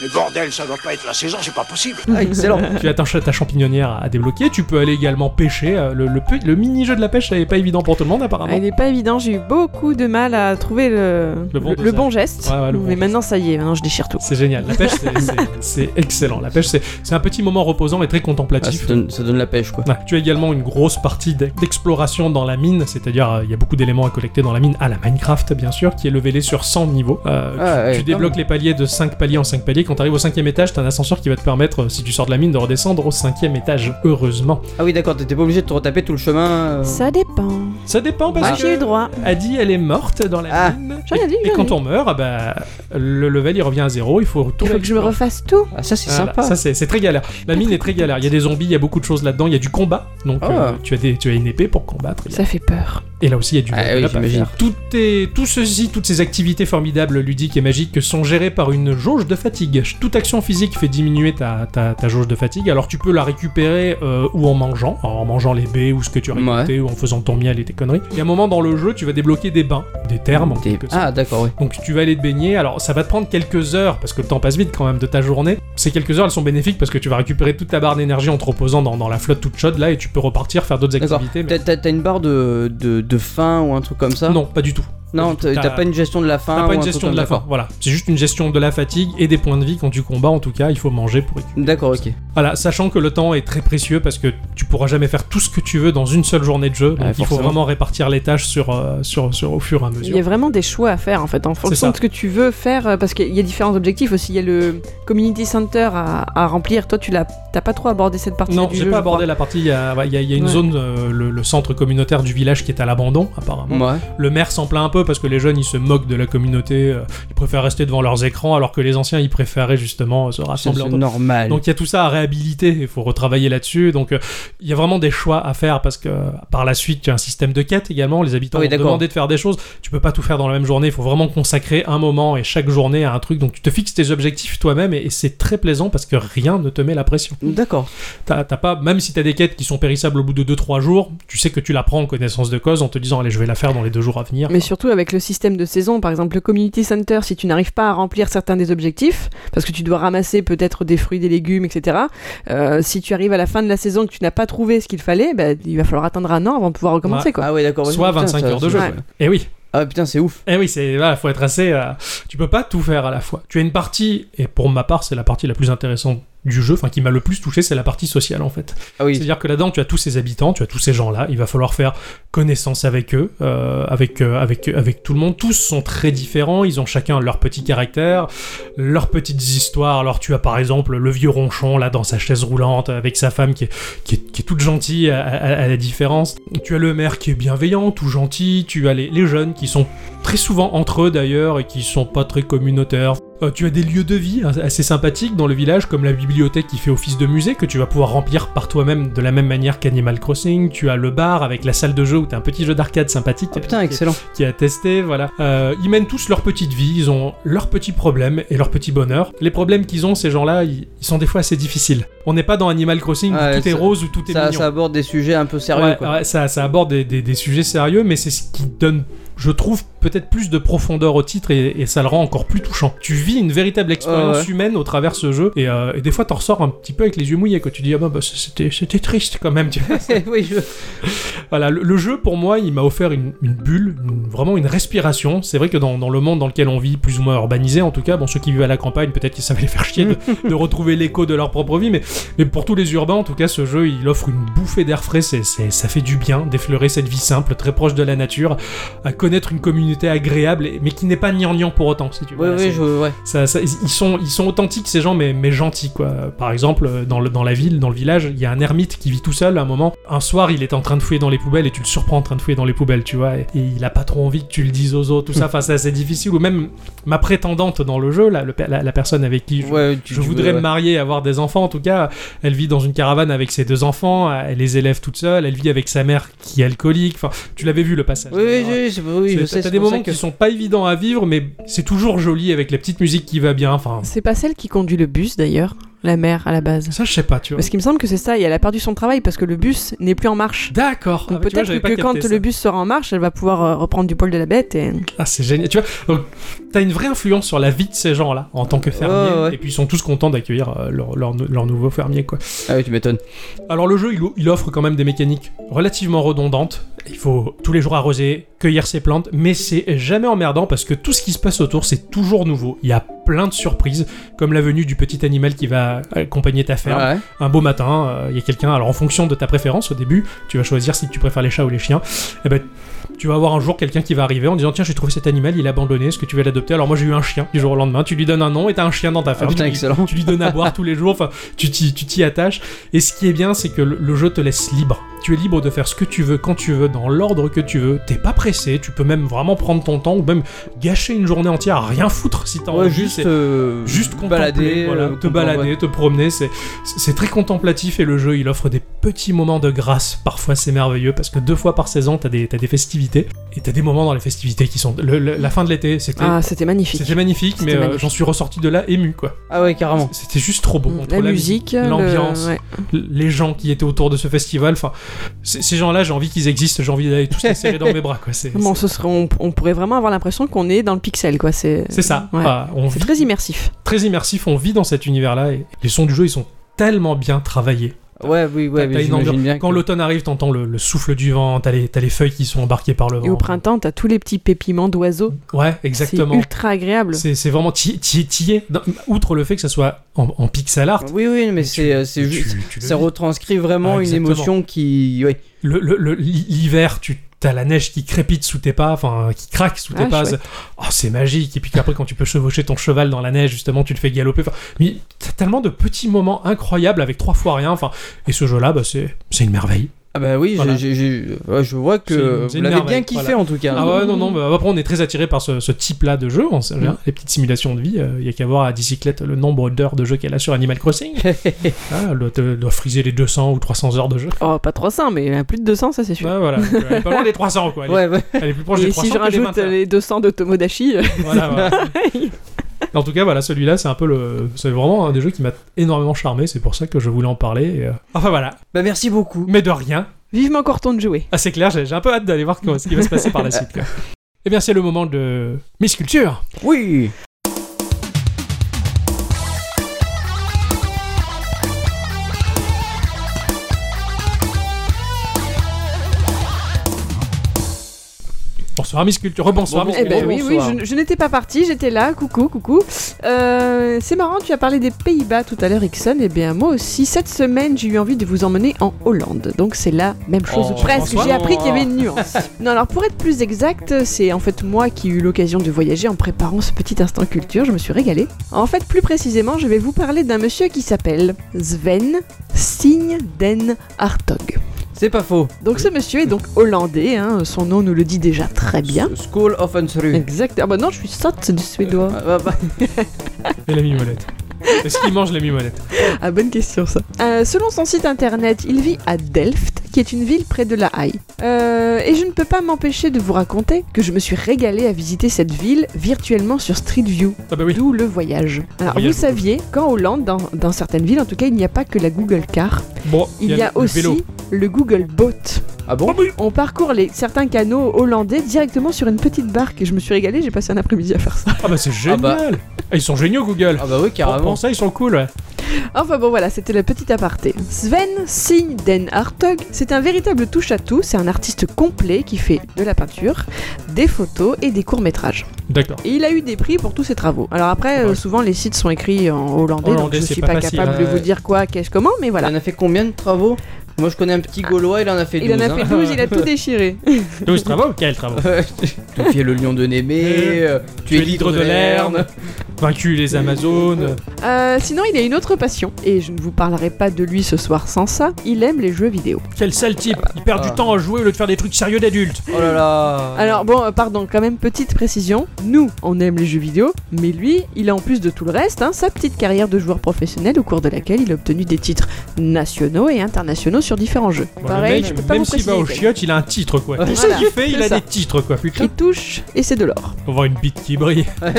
Mais bordel, ça doit pas être la saison, c'est pas possible.
Ah, excellent.
tu as ta, cha- ta champignonnière à, à débloquer. Tu peux aller également pêcher. euh, Le, le pe- le mini-jeu de la pêche, ça n'est pas évident pour tout le monde
Ah,
apparemment.
il n'est pas évident, j'ai eu beaucoup de mal à trouver le,
Le bon
le bon geste.
Ouais, ouais, le bon
mais maintenant, ça y est, maintenant je déchire tout.
C'est génial. La pêche, c'est- c'est- c'est excellent. La pêche, c'est c'est un petit moment reposant et très
Ah,
contemplatif.
ça, donne, ça donne la pêche, quoi.
Ouais. Tu as également une grosse partie d'e- d'exploration dans la mine, c'est-à-dire euh, il y a beaucoup d'éléments à collecter dans la mine, à la Minecraft bien sûr, qui est levelée sur 100 niveaux. Euh, tu-
Ah, ouais,
tu
quand
débloques les paliers de 5 paliers en 5 paliers. Quand tu arrives au cinquième étage, tu as un ascenseur qui va te permettre, euh, si tu sors de la mine, de redescendre au cinquième étage, heureusement.
Ah oui, d'accord, t'étais pas obligé de te retaper tout le chemin. euh.
Ça dépend.
Ça dépend parce
Moi,
que...
j'ai eu droit.
Adi, elle est morte dans la
Ah.
mine.
J'en ai dit,
Et
j'en ai
quand
dit.
on meurt, ah bah, le level il revient à zéro, il faut
Il
retourner.
faut que je me refasse tout.
Ah, ça, c'est
Voilà,
sympa.
Ça c'est c'est très galère. La mine est très galère. Il y a des zombies, il y a beaucoup de choses là-dedans. Il y a du combat, donc
Ah.
euh, tu as des, tu as une épée pour combattre. Il y a-
Ça fait peur.
Et là aussi il y a du
Ah,
level
oui,
up à
j'imagine.
faire. Tout est, tout ceci, toutes ces activités formidables, ludiques et magiques que sont gérées par une jauge de fatigue. Toute action physique fait diminuer ta, ta, ta jauge de fatigue. Alors tu peux la récupérer euh, ou en mangeant, en mangeant les baies ou ce que tu as
Ouais.
récolté ou en faisant ton miel et tes conneries. Il y a un moment dans le jeu, tu vas débloquer des bains, des thermes. en
T'es-
quelque sorte.
Ah, d'accord, oui.
Donc tu vas aller te baigner, alors ça va te prendre quelques heures, parce que le temps passe vite quand même de ta journée. Ces quelques heures, elles sont bénéfiques parce que tu vas récupérer toute ta barre d'énergie en te reposant dans, dans la flotte toute chaude là, et tu peux repartir faire d'autres
D'accord.
activités. mais-
T'as- T'as t'as une barre de, de, de faim ou un truc comme ça
Non, pas du tout.
Non,
T'as-
t'as t'as pas une gestion de la faim
T'as
ou
pas
un
une
truc
gestion
comme-
de la faim,
d'accord.
voilà. C'est juste une gestion de la fatigue et des points de vie quand tu combats, en tout cas, il faut manger pour récupérer.
D'accord, ok.
Voilà, sachant que le temps est très précieux parce que tu pourras jamais faire tout ce que tu veux dans une seule journée de jeu, donc
Ouais,
il faut
forcément.
vraiment répartir les tâches sur, euh, sur, sur, au fur et à
Il y
mesure.
a vraiment des choix à faire en fait en fonction
ça.
de ce que tu veux faire euh, parce qu'il y a différents objectifs aussi. Il y a le community center à, à remplir. Toi, tu l'as, t'as pas trop abordé cette partie
Non,
du
j'ai
jeu.
pas
je
abordé
crois.
la partie. Il y a, ouais, il y a- il y a une
Ouais.
zone, euh, le, le centre communautaire du village qui est à l'abandon, apparemment.
Ouais.
Le maire s'en plaint un peu parce que les jeunes ils se moquent de la communauté, euh, ils préfèrent rester devant leurs écrans alors que les anciens ils préféraient justement euh, se
C'est
rassembler.
c'est
entre-
normal.
Donc il y a tout ça à réhabiliter, il faut retravailler là-dessus. Donc euh, il y a vraiment des choix à faire parce que euh, par la suite tu as un système de quêtes également, les habitants
Ah oui,
vont te
d'accord.
demander de faire des choses. Tu peux pas tout faire dans la même journée, il faut vraiment consacrer un moment et chaque journée à un truc. Donc tu te fixes tes objectifs toi-même et, et c'est très plaisant parce que rien ne te met la pression.
D'accord.
T'as t'as pas, même si t'as des quêtes qui sont périssables au bout de 2-3 jours, tu sais que tu la prends en connaissance de cause en te disant allez je vais la faire dans les deux jours à venir.
Mais surtout avec le système de saison, par exemple le community center, si tu n'arrives pas à remplir certains des objectifs, parce que tu dois ramasser peut-être des fruits, des légumes, etc. euh, si tu arrives à la fin de la saison et que tu n'as pas trouvé ce qu'il fallait, bah, il va falloir attendre un an avant de pouvoir recommencer quoi.
Ah ouais, d'accord. ouais,
Soit
putain,
25
ça-
heures de
ça-
jeu. Et oui,
Ah putain, c'est ouf.
Eh oui, c'est là, faut être assez. euh, tu peux pas tout faire à la fois. Tu as une partie, et pour ma part, c'est la partie la plus intéressante du jeu, enfin qui m'a le plus touché, c'est la partie sociale en fait.
Ah oui.
C'est-à-dire que là-dedans, tu as tous ces habitants, tu as tous ces gens-là. Il va falloir faire connaissance avec eux, euh, avec, euh, avec, avec tout le monde. Tous sont très différents. Ils ont chacun leur petit caractère, leurs petites histoires. Alors, tu as par exemple le vieux ronchon, là, dans sa chaise roulante, avec sa femme qui est, qui est, qui est toute gentille à, à- à la différence. Tu as le maire qui est bienveillant, tout gentil. Tu as les, les jeunes qui sont très souvent entre eux d'ailleurs et qui sont pas très communautaires. Euh, tu as des lieux de vie hein, assez sympathiques dans le village, comme la bibliothèque qui fait office de musée, que tu vas pouvoir remplir par toi-même de la même manière qu'Animal Crossing. Tu as le bar avec la salle de jeu où tu as un petit jeu d'arcade sympathique
Ah putain,
qui-
excellent.
qui a testé, voilà. Euh, ils mènent tous leur petite vie, ils ont leurs petits problèmes et leurs petits bonheurs. Les problèmes qu'ils ont, ces gens-là, ils, ils sont des fois assez difficiles. On n'est pas dans Animal Crossing
Ouais,
où tout est
ça-
rose ou tout est
Ça,
mignon.
ça aborde des sujets un peu sérieux
Ouais,
quoi.
ouais, ça, ça aborde des, des- des sujets sérieux, mais c'est ce qui donne, je trouve, peut-être plus de profondeur au titre et, et ça le rend encore plus touchant. Tu vis une véritable expérience
Ouais, ouais.
humaine au travers de ce jeu et, euh, et des fois t'en ressors un petit peu avec les yeux mouillés quand tu dis ah bah, bah, c'était c'était triste quand même. tu vois.
oui, je...
voilà, le, le jeu pour moi il m'a offert une, une bulle, une- vraiment une respiration. C'est vrai que dans, dans le monde dans lequel on vit, plus ou moins urbanisé en tout cas, bon ceux qui vivent à la campagne peut-être que ça va les faire chier de, de retrouver l'écho de leur propre vie, mais mais pour tous les urbains, en tout cas, ce jeu, il offre une bouffée d'air frais, c'est, c'est- ça fait du bien d'effleurer cette vie simple, très proche de la nature, à connaître une communauté agréable, et- mais qui n'est pas gnangnan pour autant, si tu veux.
Oui,
Voilà,
oui,
c'est-
je... ouais.
ça- ça- ils, sont, ils sont authentiques, ces gens, mais, mais gentils, quoi. Par exemple, dans, le- dans la ville, dans le village, il y a un ermite qui vit tout seul à un moment. Un soir, il est en train de fouiller dans les poubelles et tu le surprends en train de fouiller dans les poubelles, tu vois. Et, et il a pas trop envie que tu le dises aux autres,
Hmm.
tout ça. Enfin, c'est assez difficile. Ou même ma prétendante dans le jeu, là, le pe- la, la personne avec qui je,
Ouais, tu-
je
tu
voudrais
veux-
me marier, avoir des enfants. En tout cas, elle vit dans une caravane avec ses deux enfants, elle les élève toute seule, elle vit avec sa mère qui est alcoolique. Enfin, tu l'avais vu le passage.
Oui, oui, oui, je- oui, je
C'est-
sais.
T'as
c'est
des
pour ça
moments
que-
qui sont pas évidents à vivre, mais c'est toujours joli avec la petite musique qui va bien. Enfin,
C'est pas celle qui conduit le bus d'ailleurs, la mère à la base.
ça, je sais pas, tu vois.
Parce qu'il me semble que c'est ça, et elle a perdu son travail parce que le bus n'est plus en marche.
D'accord. Ah,
Donc
bah, tu vois,
peut-être
j'avais pas
que quand
capté
le
ça.
bus sera en marche, elle va pouvoir euh, reprendre du poil de la bête et.
Ah, c'est génial. Tu vois, donc t'as une vraie influence sur la vie de ces gens-là en tant que fermiers.
Ouais, ouais.
Et puis ils sont tous contents d'accueillir euh, leur, leur, leur nouveau fermier, quoi.
Ah oui, tu m'étonnes.
Alors le jeu, il, o- il offre quand même des mécaniques relativement redondantes. Il faut tous les jours arroser, cueillir ses plantes, mais c'est jamais emmerdant parce que tout ce qui se passe autour, c'est toujours nouveau. Il y a plein de surprises, comme la venue du petit animal qui va accompagner ta ferme.
Ouais.
Un beau matin, euh, il y a quelqu'un. Alors en fonction de ta préférence, au début, tu vas choisir si tu préfères les chats ou les chiens. Et ben, tu vas avoir un jour quelqu'un qui va arriver en disant tiens, j'ai trouvé cet animal, il est abandonné, est-ce que tu veux l'adopter Alors moi j'ai eu un chien. Du jour au lendemain, tu lui donnes un nom et t'as un chien dans ta
Ah,
ferme.
putain,
Il-
excellent.
tu lui donnes à boire tous les jours, enfin, tu t'y tu t'y attaches. Et ce qui est bien, c'est que le, le jeu te laisse libre. Tu es libre de faire ce que tu veux, quand tu veux, dans l'ordre que tu veux. T'es pas pressé, tu peux même vraiment prendre ton temps ou même gâcher une journée entière à rien foutre si t'as
Ouais,
envie.
juste,
c'est-
euh,
Juste contempler,
balader,
voilà,
euh,
te
comprendre,
balader,
ouais.
te promener, c'est c'est très contemplatif et le jeu il offre des petits moments de grâce. Parfois c'est merveilleux parce que deux fois par saison t'as des, t'as des festivités et t'as des moments dans les festivités qui sont le- le- la fin de l'été, c'était
Ah, c'était magnifique.
c'était magnifique,
C'était
mais euh,
magnifique.
j'en suis ressorti de là ému quoi.
Ah ouais, carrément.
C'était juste trop beau. Entre
Mm, la musique, le-
l'ambiance,
ouais.
les gens qui étaient autour de ce festival. Enfin, c- ces gens-là, j'ai envie qu'ils existent, j'ai envie d'aller tous les serrer dans mes bras. Quoi. C'est,
Bon, ce serait- on, on pourrait vraiment avoir l'impression qu'on est dans le pixel, quoi. C'est
c'est ça.
Ouais.
Enfin, on
C'est
vit-
très immersif.
très immersif, on vit dans cet univers-là et les sons du jeu, ils sont tellement bien travaillés.
Ouais, oui,
T'as-
ouais,
t'as
mais
une ambiance-
j'imagine bien.
Quand
que-
l'automne arrive, t'entends le, le souffle du vent, t'as les, t'as les feuilles qui sont embarquées par le vent.
Et au printemps, t'as tous les petits pépiments d'oiseaux.
Ouais,
C'est
exactement.
ultra agréable.
C'est, c'est vraiment t'y, t'y- t'y es. Dans- Outre le fait que ça soit en, en pixel art,
Oui, oui, mais c'est euh, c'est
tu-
juste.
tu le
Ça
vis.
retranscrit vraiment
Ah,
une
exactement.
émotion qui. ouais.
le, le- le- l'hi- l'hiver, tu as la neige qui crépite sous tes pas, enfin euh, qui craque sous tes
Ah,
pas.
chouette.
Oh, c'est magique. Et puis après, quand tu peux chevaucher ton cheval dans la neige, justement, tu le fais galoper. Enfin, mais t'as tellement de petits moments incroyables avec trois fois rien. Enfin, et ce jeu-là, bah, c'est, c'est une merveille.
Ah bah oui, j'ai-
Voilà.
j'ai- j'ai- ouais, je vois
C'est une-
que
c'est
vous
une
l'avez bien
merveille,
kiffé
voilà.
en tout cas.
Ah ouais, non, non. bah, après, on est très attiré par ce, ce type-là de jeu. On sait rien, les petites simulations de vie. euh, Il y a qu'à voir à bicyclette le nombre d'heures de jeu qu'elle a sur Animal Crossing. Ah, elle doit, elle doit friser les 200 ou 300 heures de jeu.
Oh, pas 300, mais à plus de 200, ça c'est sûr.
Ouais, voilà. Donc, elle est pas loin des 300, quoi. Elle, est-
Ouais, ouais.
elle est plus proche des
Et
300
si je
que des
rajoute euh,
20.
les 200 de Tomodachi, euh,
Voilà, voilà. En tout cas, voilà, celui-là, c'est un peu le. C'est vraiment un des jeux qui m'a énormément charmé, c'est pour ça que je voulais en parler. et, euh, Enfin voilà,
Bah merci beaucoup.
mais de rien.
vivement qu'on de jouer.
Ah, c'est clair, j'ai j'ai un peu hâte d'aller voir quoi- ce qui va se passer par la suite. quoi. Eh bien, c'est le moment de. Miss Culture
Oui.
Bonsoir Bonsoir Miss Culture. Rebonsoir Miss
Eh ben
Culture.
oui, oui,
bonsoir.
je, je n'étais pas partie, j'étais là, coucou, coucou. Euh, c'est marrant, tu as parlé des Pays-Bas tout à l'heure, Ixon. Eh bien, moi aussi, cette semaine, j'ai eu envie de vous emmener en Hollande. Donc, c'est la même chose
Oh,
presque.
François.
J'ai appris qu'il y avait une nuance. non, alors, pour être plus exact, c'est en fait moi qui ai eu l'occasion de voyager en préparant ce petit instant culture. Je me suis régalée. En fait, plus précisément, je vais vous parler d'un monsieur qui s'appelle Sven Sigden Hartog.
C'est pas faux.
Donc, ce monsieur est donc hollandais, hein, son nom nous le dit déjà très bien.
S- School of Unsru.
Exact. Ah bah non, je suis sotte, c'est du suédois.
Ah, bah, bah.
Et la mimolette. Est-ce qu'il mange la mimolette
Ah, bonne question ça. Euh, selon son site internet, il vit à Delft, qui est une ville près de La Haye. Euh, et je ne peux pas m'empêcher de vous raconter que je me suis régalée à visiter cette ville virtuellement sur Street View,
Ah bah oui.
d'où le voyage. Alors
Voyage.
vous saviez qu'en Hollande, dans, dans certaines villes en tout cas, il n'y a pas que la Google Car,
Bon,
il y a,
le
aussi
vélo.
le Google Boat.
Ah bon
On parcourt les, certains canaux hollandais directement sur une petite barque. Et je me suis régalée, j'ai passé un après-midi à faire ça.
Ah bah c'est génial.
bah.
Ah, Ils sont géniaux Google.
Ah bah oui,
Pour-
carrément.
Pour ça ils sont cool. ouais.
Enfin bon voilà, c'était le petit aparté. Sven Signe Den Hartog, c'est un véritable touche-à-tout, c'est un artiste complet qui fait de la peinture, des photos et des courts-métrages.
D'accord.
Et il a eu des prix pour tous ses travaux. Alors après, euh,
Ouais.
souvent les sites sont écrits en hollandais, donc
Hollandais,
je
c'est
suis
pas
pas,
facile, hein.
capable de
ouais.
vous dire quoi, qu'est-ce, comment, mais
Il
voilà.
en a fait combien de travaux Moi je connais un petit Gaulois, il en a fait hein. 12.
Il en a fait
hein.
12, il a tout déchiré.
12 travaux Quel travaux
hein. Confier le lion de Némée, euh, tuer l'hydre de Lerne.
Vaincu les Amazones.
Euh, sinon, il a une autre passion, et je ne vous parlerai pas de lui ce soir sans ça, il aime les jeux vidéo.
Quel sale type Il perd
Ah.
du temps à jouer au lieu de faire des trucs sérieux d'adultes.
Oh là
Ah
là.
Alors bon, euh, pardon, quand même petite précision. Nous, on aime les jeux vidéo, mais lui, il a en plus de tout le reste hein, sa petite carrière de joueur professionnel au cours de laquelle il a obtenu des titres nationaux et internationaux sur différents jeux.
Bon, le
Pareil,
mec,
je peux pas
même
vous
s'il
préciser.
va au
lesquels.
chiottes, il a un titre quoi.
Voilà,
C'est ça qu'il fait, il
c'est
a
ça.
des titres quoi. Putain.
Il touche et c'est de l'or.
On voit une bite qui brille.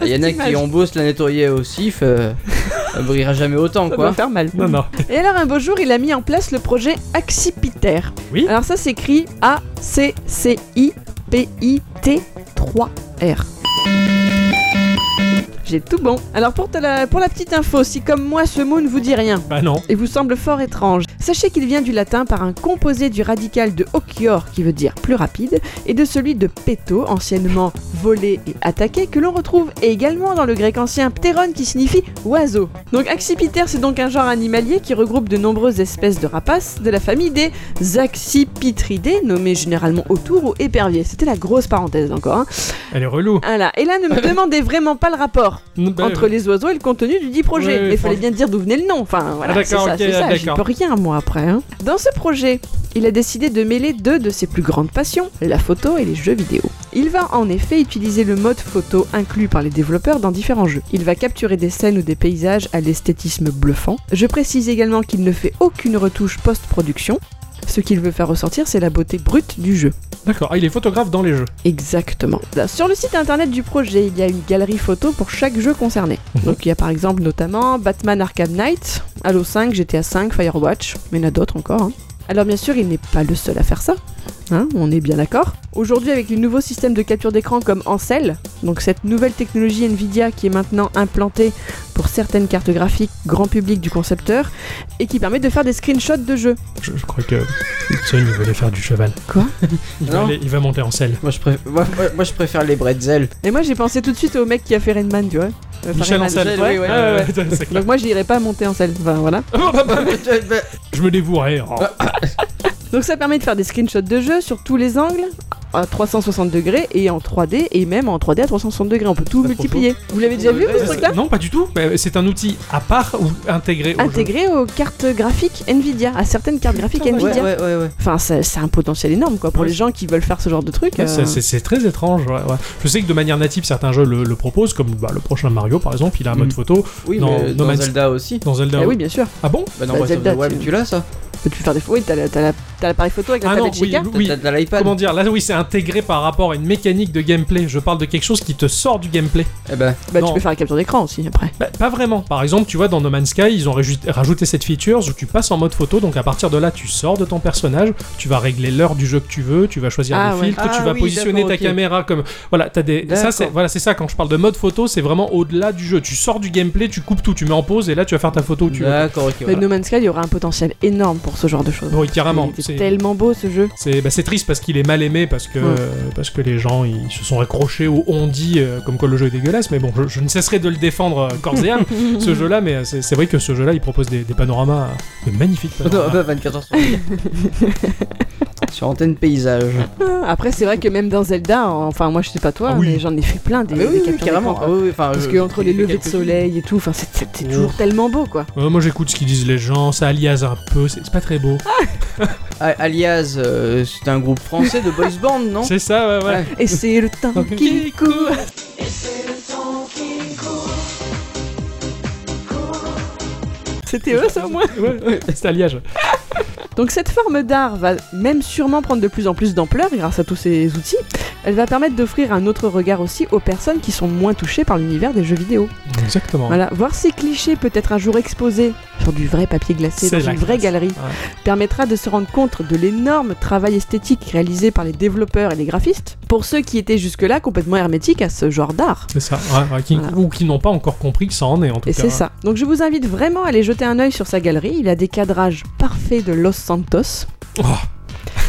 Ah, Il y en a qui embossent la nettoyer aussi, euh, elle brillera jamais autant
Ça doit
quoi.
faire mal.
Non non.
Et alors un beau jour, il a mis en place le projet Accipiter.
Oui.
Alors ça s'écrit A C C I P I T 3 R. J'ai tout bon. Alors pour, te la, pour la petite info, si comme moi ce mot ne vous dit rien
Bah non.
et vous semble fort étrange, sachez qu'il vient du latin par un composé du radical de occhior qui veut dire plus rapide et de celui de peto, anciennement voler et attaquer, que l'on retrouve également dans le grec ancien pteron qui signifie oiseau. Donc accipiter c'est donc un genre animalier qui regroupe de nombreuses espèces de rapaces de la famille des accipitridae nommées généralement autour ou épervier. C'était la grosse parenthèse encore. Hein.
Elle est relou.
Voilà. Et là ne me demandez vraiment pas le rapport
Bah,
entre les oiseaux et le contenu du dit projet.
Ouais, ouais,
Mais il fallait
franch-
bien dire d'où venait le nom. Enfin, voilà,
Ah, d'accord,
c'est ça,
ok,
c'est ça.
ah,
J'y
d'accord.
peux rien, moi, après. hein. Dans ce projet, il a décidé de mêler deux de ses plus grandes passions, la photo et les jeux vidéo. Il va en effet utiliser le mode photo inclus par les développeurs dans différents jeux. Il va capturer des scènes ou des paysages à l'esthétisme bluffant. Je précise également qu'il ne fait aucune retouche post-production. Ce qu'il veut faire ressortir, c'est la beauté brute du jeu.
D'accord. Ah, il est photographe dans les jeux.
Exactement. Sur le site internet du projet, il y a une galerie photo pour chaque jeu concerné.
Mhm.
Donc il y a par exemple notamment Batman Arkham Knight, Halo 5, GTA 5, Firewatch, mais il y en a d'autres encore. hein. Alors bien sûr, il n'est pas le seul à faire ça. Hein, on est bien d'accord. Aujourd'hui, avec les nouveaux systèmes de capture d'écran comme Ancel, donc cette nouvelle technologie Nvidia qui est maintenant implantée pour certaines cartes graphiques grand public du concepteur et qui permet de faire des screenshots de jeux.
Je, je crois que Hudson, il voulait faire du cheval.
Quoi
il va,
Non.
aller- il va monter en selle.
Moi je, préfère, moi, moi- moi, je préfère les bretzels.
Et moi, j'ai pensé tout de suite au mec qui a fait Rainman, tu vois. Euh, Enfin,
Michel
Rainman,
Ancel.
ouais.
oui, ouais,
Ah,
ouais,
c'est clair.
Donc moi je n'irai pas monter en selle, enfin voilà.
Je me dévouerai. Oh.
Donc ça permet de faire des screenshots de jeu sur tous les angles à 360 degrés et en 3D et même en 3D à 360 degrés, on peut tout
Pas trop
multiplier. Vous l'avez déjà vu vous, ce truc là
Non, pas du tout. Mais C'est un outil à part ou intégré au jeu.
Intégré aux cartes graphiques Nvidia, à certaines cartes graphiques
ouais,
Nvidia.
ouais, ouais, ouais.
Enfin c'est c'est un potentiel énorme quoi pour
Ouais.
les gens qui veulent faire ce genre de truc.
Ouais,
euh,
ça, C'est c'est très étrange. ouais, ouais. Je sais que de manière native, certains jeux le, le proposent, comme bah, le prochain Mario par exemple, il a un mode
Mm.
photo.
Oui,
Non,
mais
No
dans
Man's-
Zelda aussi.
Dans Zelda.
Ah oui bien sûr,
Ah bon
Bah non,
Bah,
Breath of the
Zelda,
Wild,
tu-
tu l'as ça
peux-tu faire des fouilles, t'as la- t'as la- t'as l'appareil photo avec la
Ah non,
tablette
oui,
Sheikah
oui.
T'as t'as l'iPad
Comment dire Là, oui, c'est intégré par rapport à une mécanique de gameplay. Je parle de quelque chose qui te sort du gameplay.
Eh ben,
Bah
Non.
tu peux faire la capture d'écran aussi après.
Bah, pas vraiment. Par exemple, tu vois, dans No Man's Sky, ils ont raju- rajouté cette feature où tu passes en mode photo. Donc à partir de là, tu sors de ton personnage, tu vas régler l'heure du jeu que tu veux, tu vas choisir
Ah
les
ouais.
filtres,
Ah
tu vas
oui,
positionner ta
d'accord, ok.
caméra comme. Voilà, t'as des. Ça,
D'accord.
c'est voilà, c'est ça. Quand je parle de mode photo, c'est vraiment au-delà du jeu. Tu sors du gameplay, tu coupes tout, tu
Bah,
mets en pause et là, tu vas faire ta photo où tu veux.
d'accord, ok.
Mais No Man's Sky il y aura un potentiel énorme pour ce genre de choses.
Oui, carrément.
Il était
c'est-
tellement beau ce jeu.
C'est bah, c'est triste parce qu'il est mal aimé, parce que,
Ouais.
euh, parce que les gens ils se sont accrochés au on dit, euh, comme quoi le jeu est dégueulasse, mais bon, je, je ne cesserai de le défendre euh, corps et âme, ce jeu-là, mais euh, c'est c'est vrai que ce jeu-là, il propose des, des panoramas, euh, de magnifiques
Ah,
Non,
panoramas.
bah, 24 heures sur 24. Sur antenne paysage.
Ah, Après, c'est vrai que même dans Zelda, enfin, moi je sais pas toi,
Ah oui.
mais j'en ai fait plein des,
Mais
des
oui, oui,
captures d'écran,
carrément.
quoi.
Ah oui, oui, enfin,
Parce
je-
que entre les
j'ai fait
levées de
quelques-
soleil et tout, enfin, c'est- c'est c'est toujours tellement beau quoi.
Euh, moi j'écoute ce qu'ils disent les gens, ça aliase un peu, c'est c'est pas très beau.
Ah, alias, euh, c'est un groupe français de boys band, non
C'est ça, ouais, ouais.
Et c'est le temps
Ok.
qui court. C'était eux ça au moins.
Ouais, ouais, c'est alliage.
Donc cette forme d'art va même sûrement prendre de plus en plus d'ampleur grâce à tous ces outils. Elle va permettre d'offrir un autre regard aussi aux personnes qui sont moins touchées par l'univers des jeux vidéo.
Exactement.
Voilà, voir ces clichés peut-être un jour exposés sur du vrai papier glacé
C'est
dans
la
une vraie
classe.
galerie
Ouais.
permettra de se rendre compte de l'énorme travail esthétique réalisé par les développeurs et les graphistes pour ceux qui étaient jusque-là complètement hermétiques à ce genre d'art.
C'est ça, ouais, ouais, qui-
Voilà.
ou qui n'ont pas encore compris que ça en est en tout
Et
cas.
c'est ça. Donc je vous invite vraiment à aller jeter un œil sur sa galerie. Il a des cadrages parfaits de Los Santos.
Oh.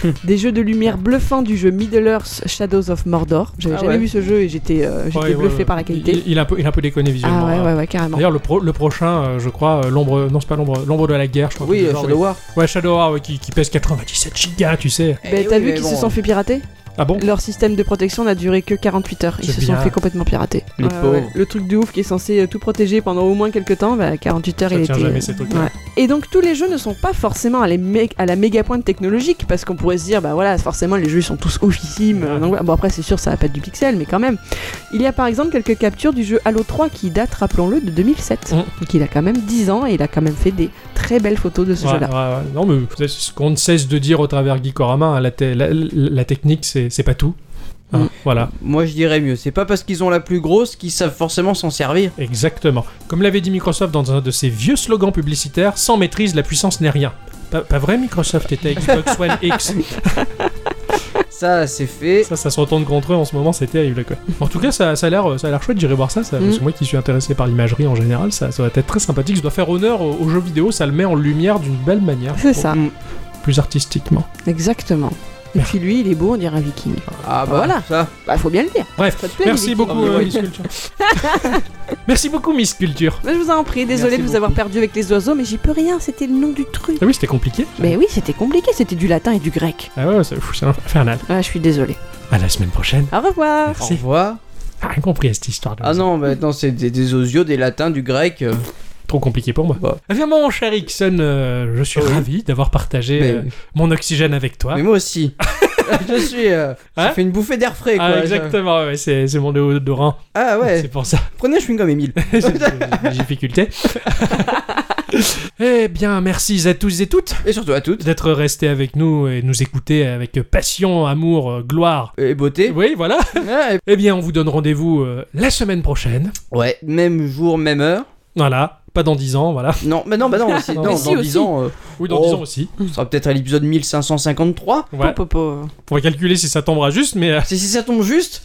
des jeux de lumière bluffants du jeu Middle Earth Shadows of Mordor. J'avais
Ah
jamais
ouais.
vu ce jeu et j'étais euh, j'étais
Ouais, ouais,
bluffé
ouais.
par la qualité.
Il, il a un peu, il a un peu déconné visuellement.
Ah ouais,
hein.
ouais, ouais, carrément.
D'ailleurs, le, pro- le prochain, euh, je crois, euh, l'ombre. Non, c'est pas l'ombre, l'ombre de la guerre, je crois.
Oui,
que c'est
euh,
genre,
Shadow War.
Ouais, Shadow War, ouais, qui, qui pèse 97 gigas, tu sais.
Ben,
Eh
T'as
oui,
vu
mais
qu'ils
bon,
se sont fait pirater
Ah bon
Leur système de protection n'a duré que 48 heures. Ils
C'est
se sont
bien.
fait complètement pirater.
Les pauvres.
Le truc de ouf qui est censé euh, tout protéger pendant au moins quelques temps, bah, 48 heures
Ça
il
tient
était.
jamais ces trucs-là.
ouais. Et donc tous les jeux ne sont pas forcément à, les mé- à la méga pointe technologique parce qu'on pourrait se dire bah voilà forcément les jeux sont tous oufissimes. euh, donc voilà. bon après c'est sûr ça va pas être du pixel mais quand même. Il y a par exemple quelques captures du jeu Halo 3 qui date rappelons-le de 2007.
Mm.
Donc il a quand même 10 ans et il a quand même fait des très belles photos de ce
Ouais,
jeu là.
ouais, ouais. Non, mais c'est ce qu'on ne cesse de dire au travers Geekorama, hein, la, te- la- la technique, c'est c'est pas tout. Hein,
Mm.
Voilà,
Moi je dirais mieux, c'est pas parce qu'ils ont la plus grosse qu'ils savent forcément s'en servir.
exactement. Comme l'avait dit Microsoft dans un de ses vieux slogans publicitaires, sans maîtrise, la puissance n'est rien. Pas, pas vrai, Microsoft était Xbox One X.
Ça c'est fait.
Ça, ça se retourne contre eux en ce moment, c'est terrible quoi. En tout cas, ça, ça a l'air, ça a l'air chouette. J'irai voir ça, ça-
Mm.
parce que moi qui suis intéressé par l'imagerie en général, ça, ça va être très sympathique. Je dois faire honneur au, au jeu vidéo, ça le met en lumière d'une belle manière,
C'est ça,
Mm.
plus artistiquement.
exactement. Et puis lui, il est beau, on dirait un viking.
Ah bah
Voilà.
voilà. ça.
Bah faut bien le dire.
Bref,
Ça te plaît,
merci
Vicky
beaucoup,
Oh,
euh,
oui.
Miss Culture. merci beaucoup, Miss Culture.
Mais je vous en prie, désolé
Merci
de vous avoir
beaucoup.
perdu avec les oiseaux, mais j'y peux rien, c'était le nom du truc.
Ah oui, c'était compliqué.
Mais oui, c'était compliqué, c'était du latin et du grec.
Ah ouais, c'est pff, c'est infernal.
Ah, je suis désolée.
À la semaine prochaine.
Au
Au
revoir.
Merci.
revoir.
T'as rien compris à cette histoire. De
Ah non, maintenant c'est des, des osios, des latins, du grec. euh,
Trop compliqué pour moi.
Bah. Ah
Eh bien, mon cher Ixon, euh, je suis
Oui.
ravi d'avoir partagé
mais,
euh, mon oxygène avec toi.
mais moi aussi. je suis. euh,
Hein
ça fait une bouffée d'air frais quoi.
ah,
Je-
exactement, ouais, c'est c'est mon déodorant.
Ah
C'est
ouais.
pour ça.
Prenez un chewing-gum Emile.
J'ai des difficultés. eh bien, merci à tous et toutes
Et surtout à toutes.
d'être restés avec nous et nous écouter avec passion, amour, euh, gloire.
Et beauté.
Oui, voilà.
Ah, et-
Eh bien, on vous donne rendez-vous euh, la semaine prochaine.
Ouais, même jour, même heure.
Voilà. Pas dans 10 ans, voilà.
Non, mais non, bah non, c'est-
Mais
non,
si,
dans
aussi.
10 ans, euh,
Oui, dans
Oh.
10 ans aussi.
on sera peut-être à l'épisode 1553.
Ouais.
Popopo.
On va calculer si ça tombera juste, mais euh,
C'est si ça tombe juste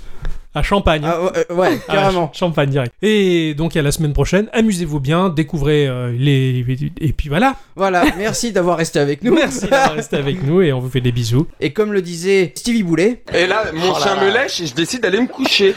à Champagne.
Ah, ouais, euh, ouais,
Ah,
carrément.
ch- champagne direct. Et donc à la semaine prochaine, amusez-vous bien, découvrez euh, les... Et puis voilà,
Voilà, merci d'avoir resté avec nous.
merci d'avoir resté avec nous et on vous fait des bisous.
Et comme le disait Stevie Boulet,
Et là, mon chien me lèche et je décide d'aller me coucher.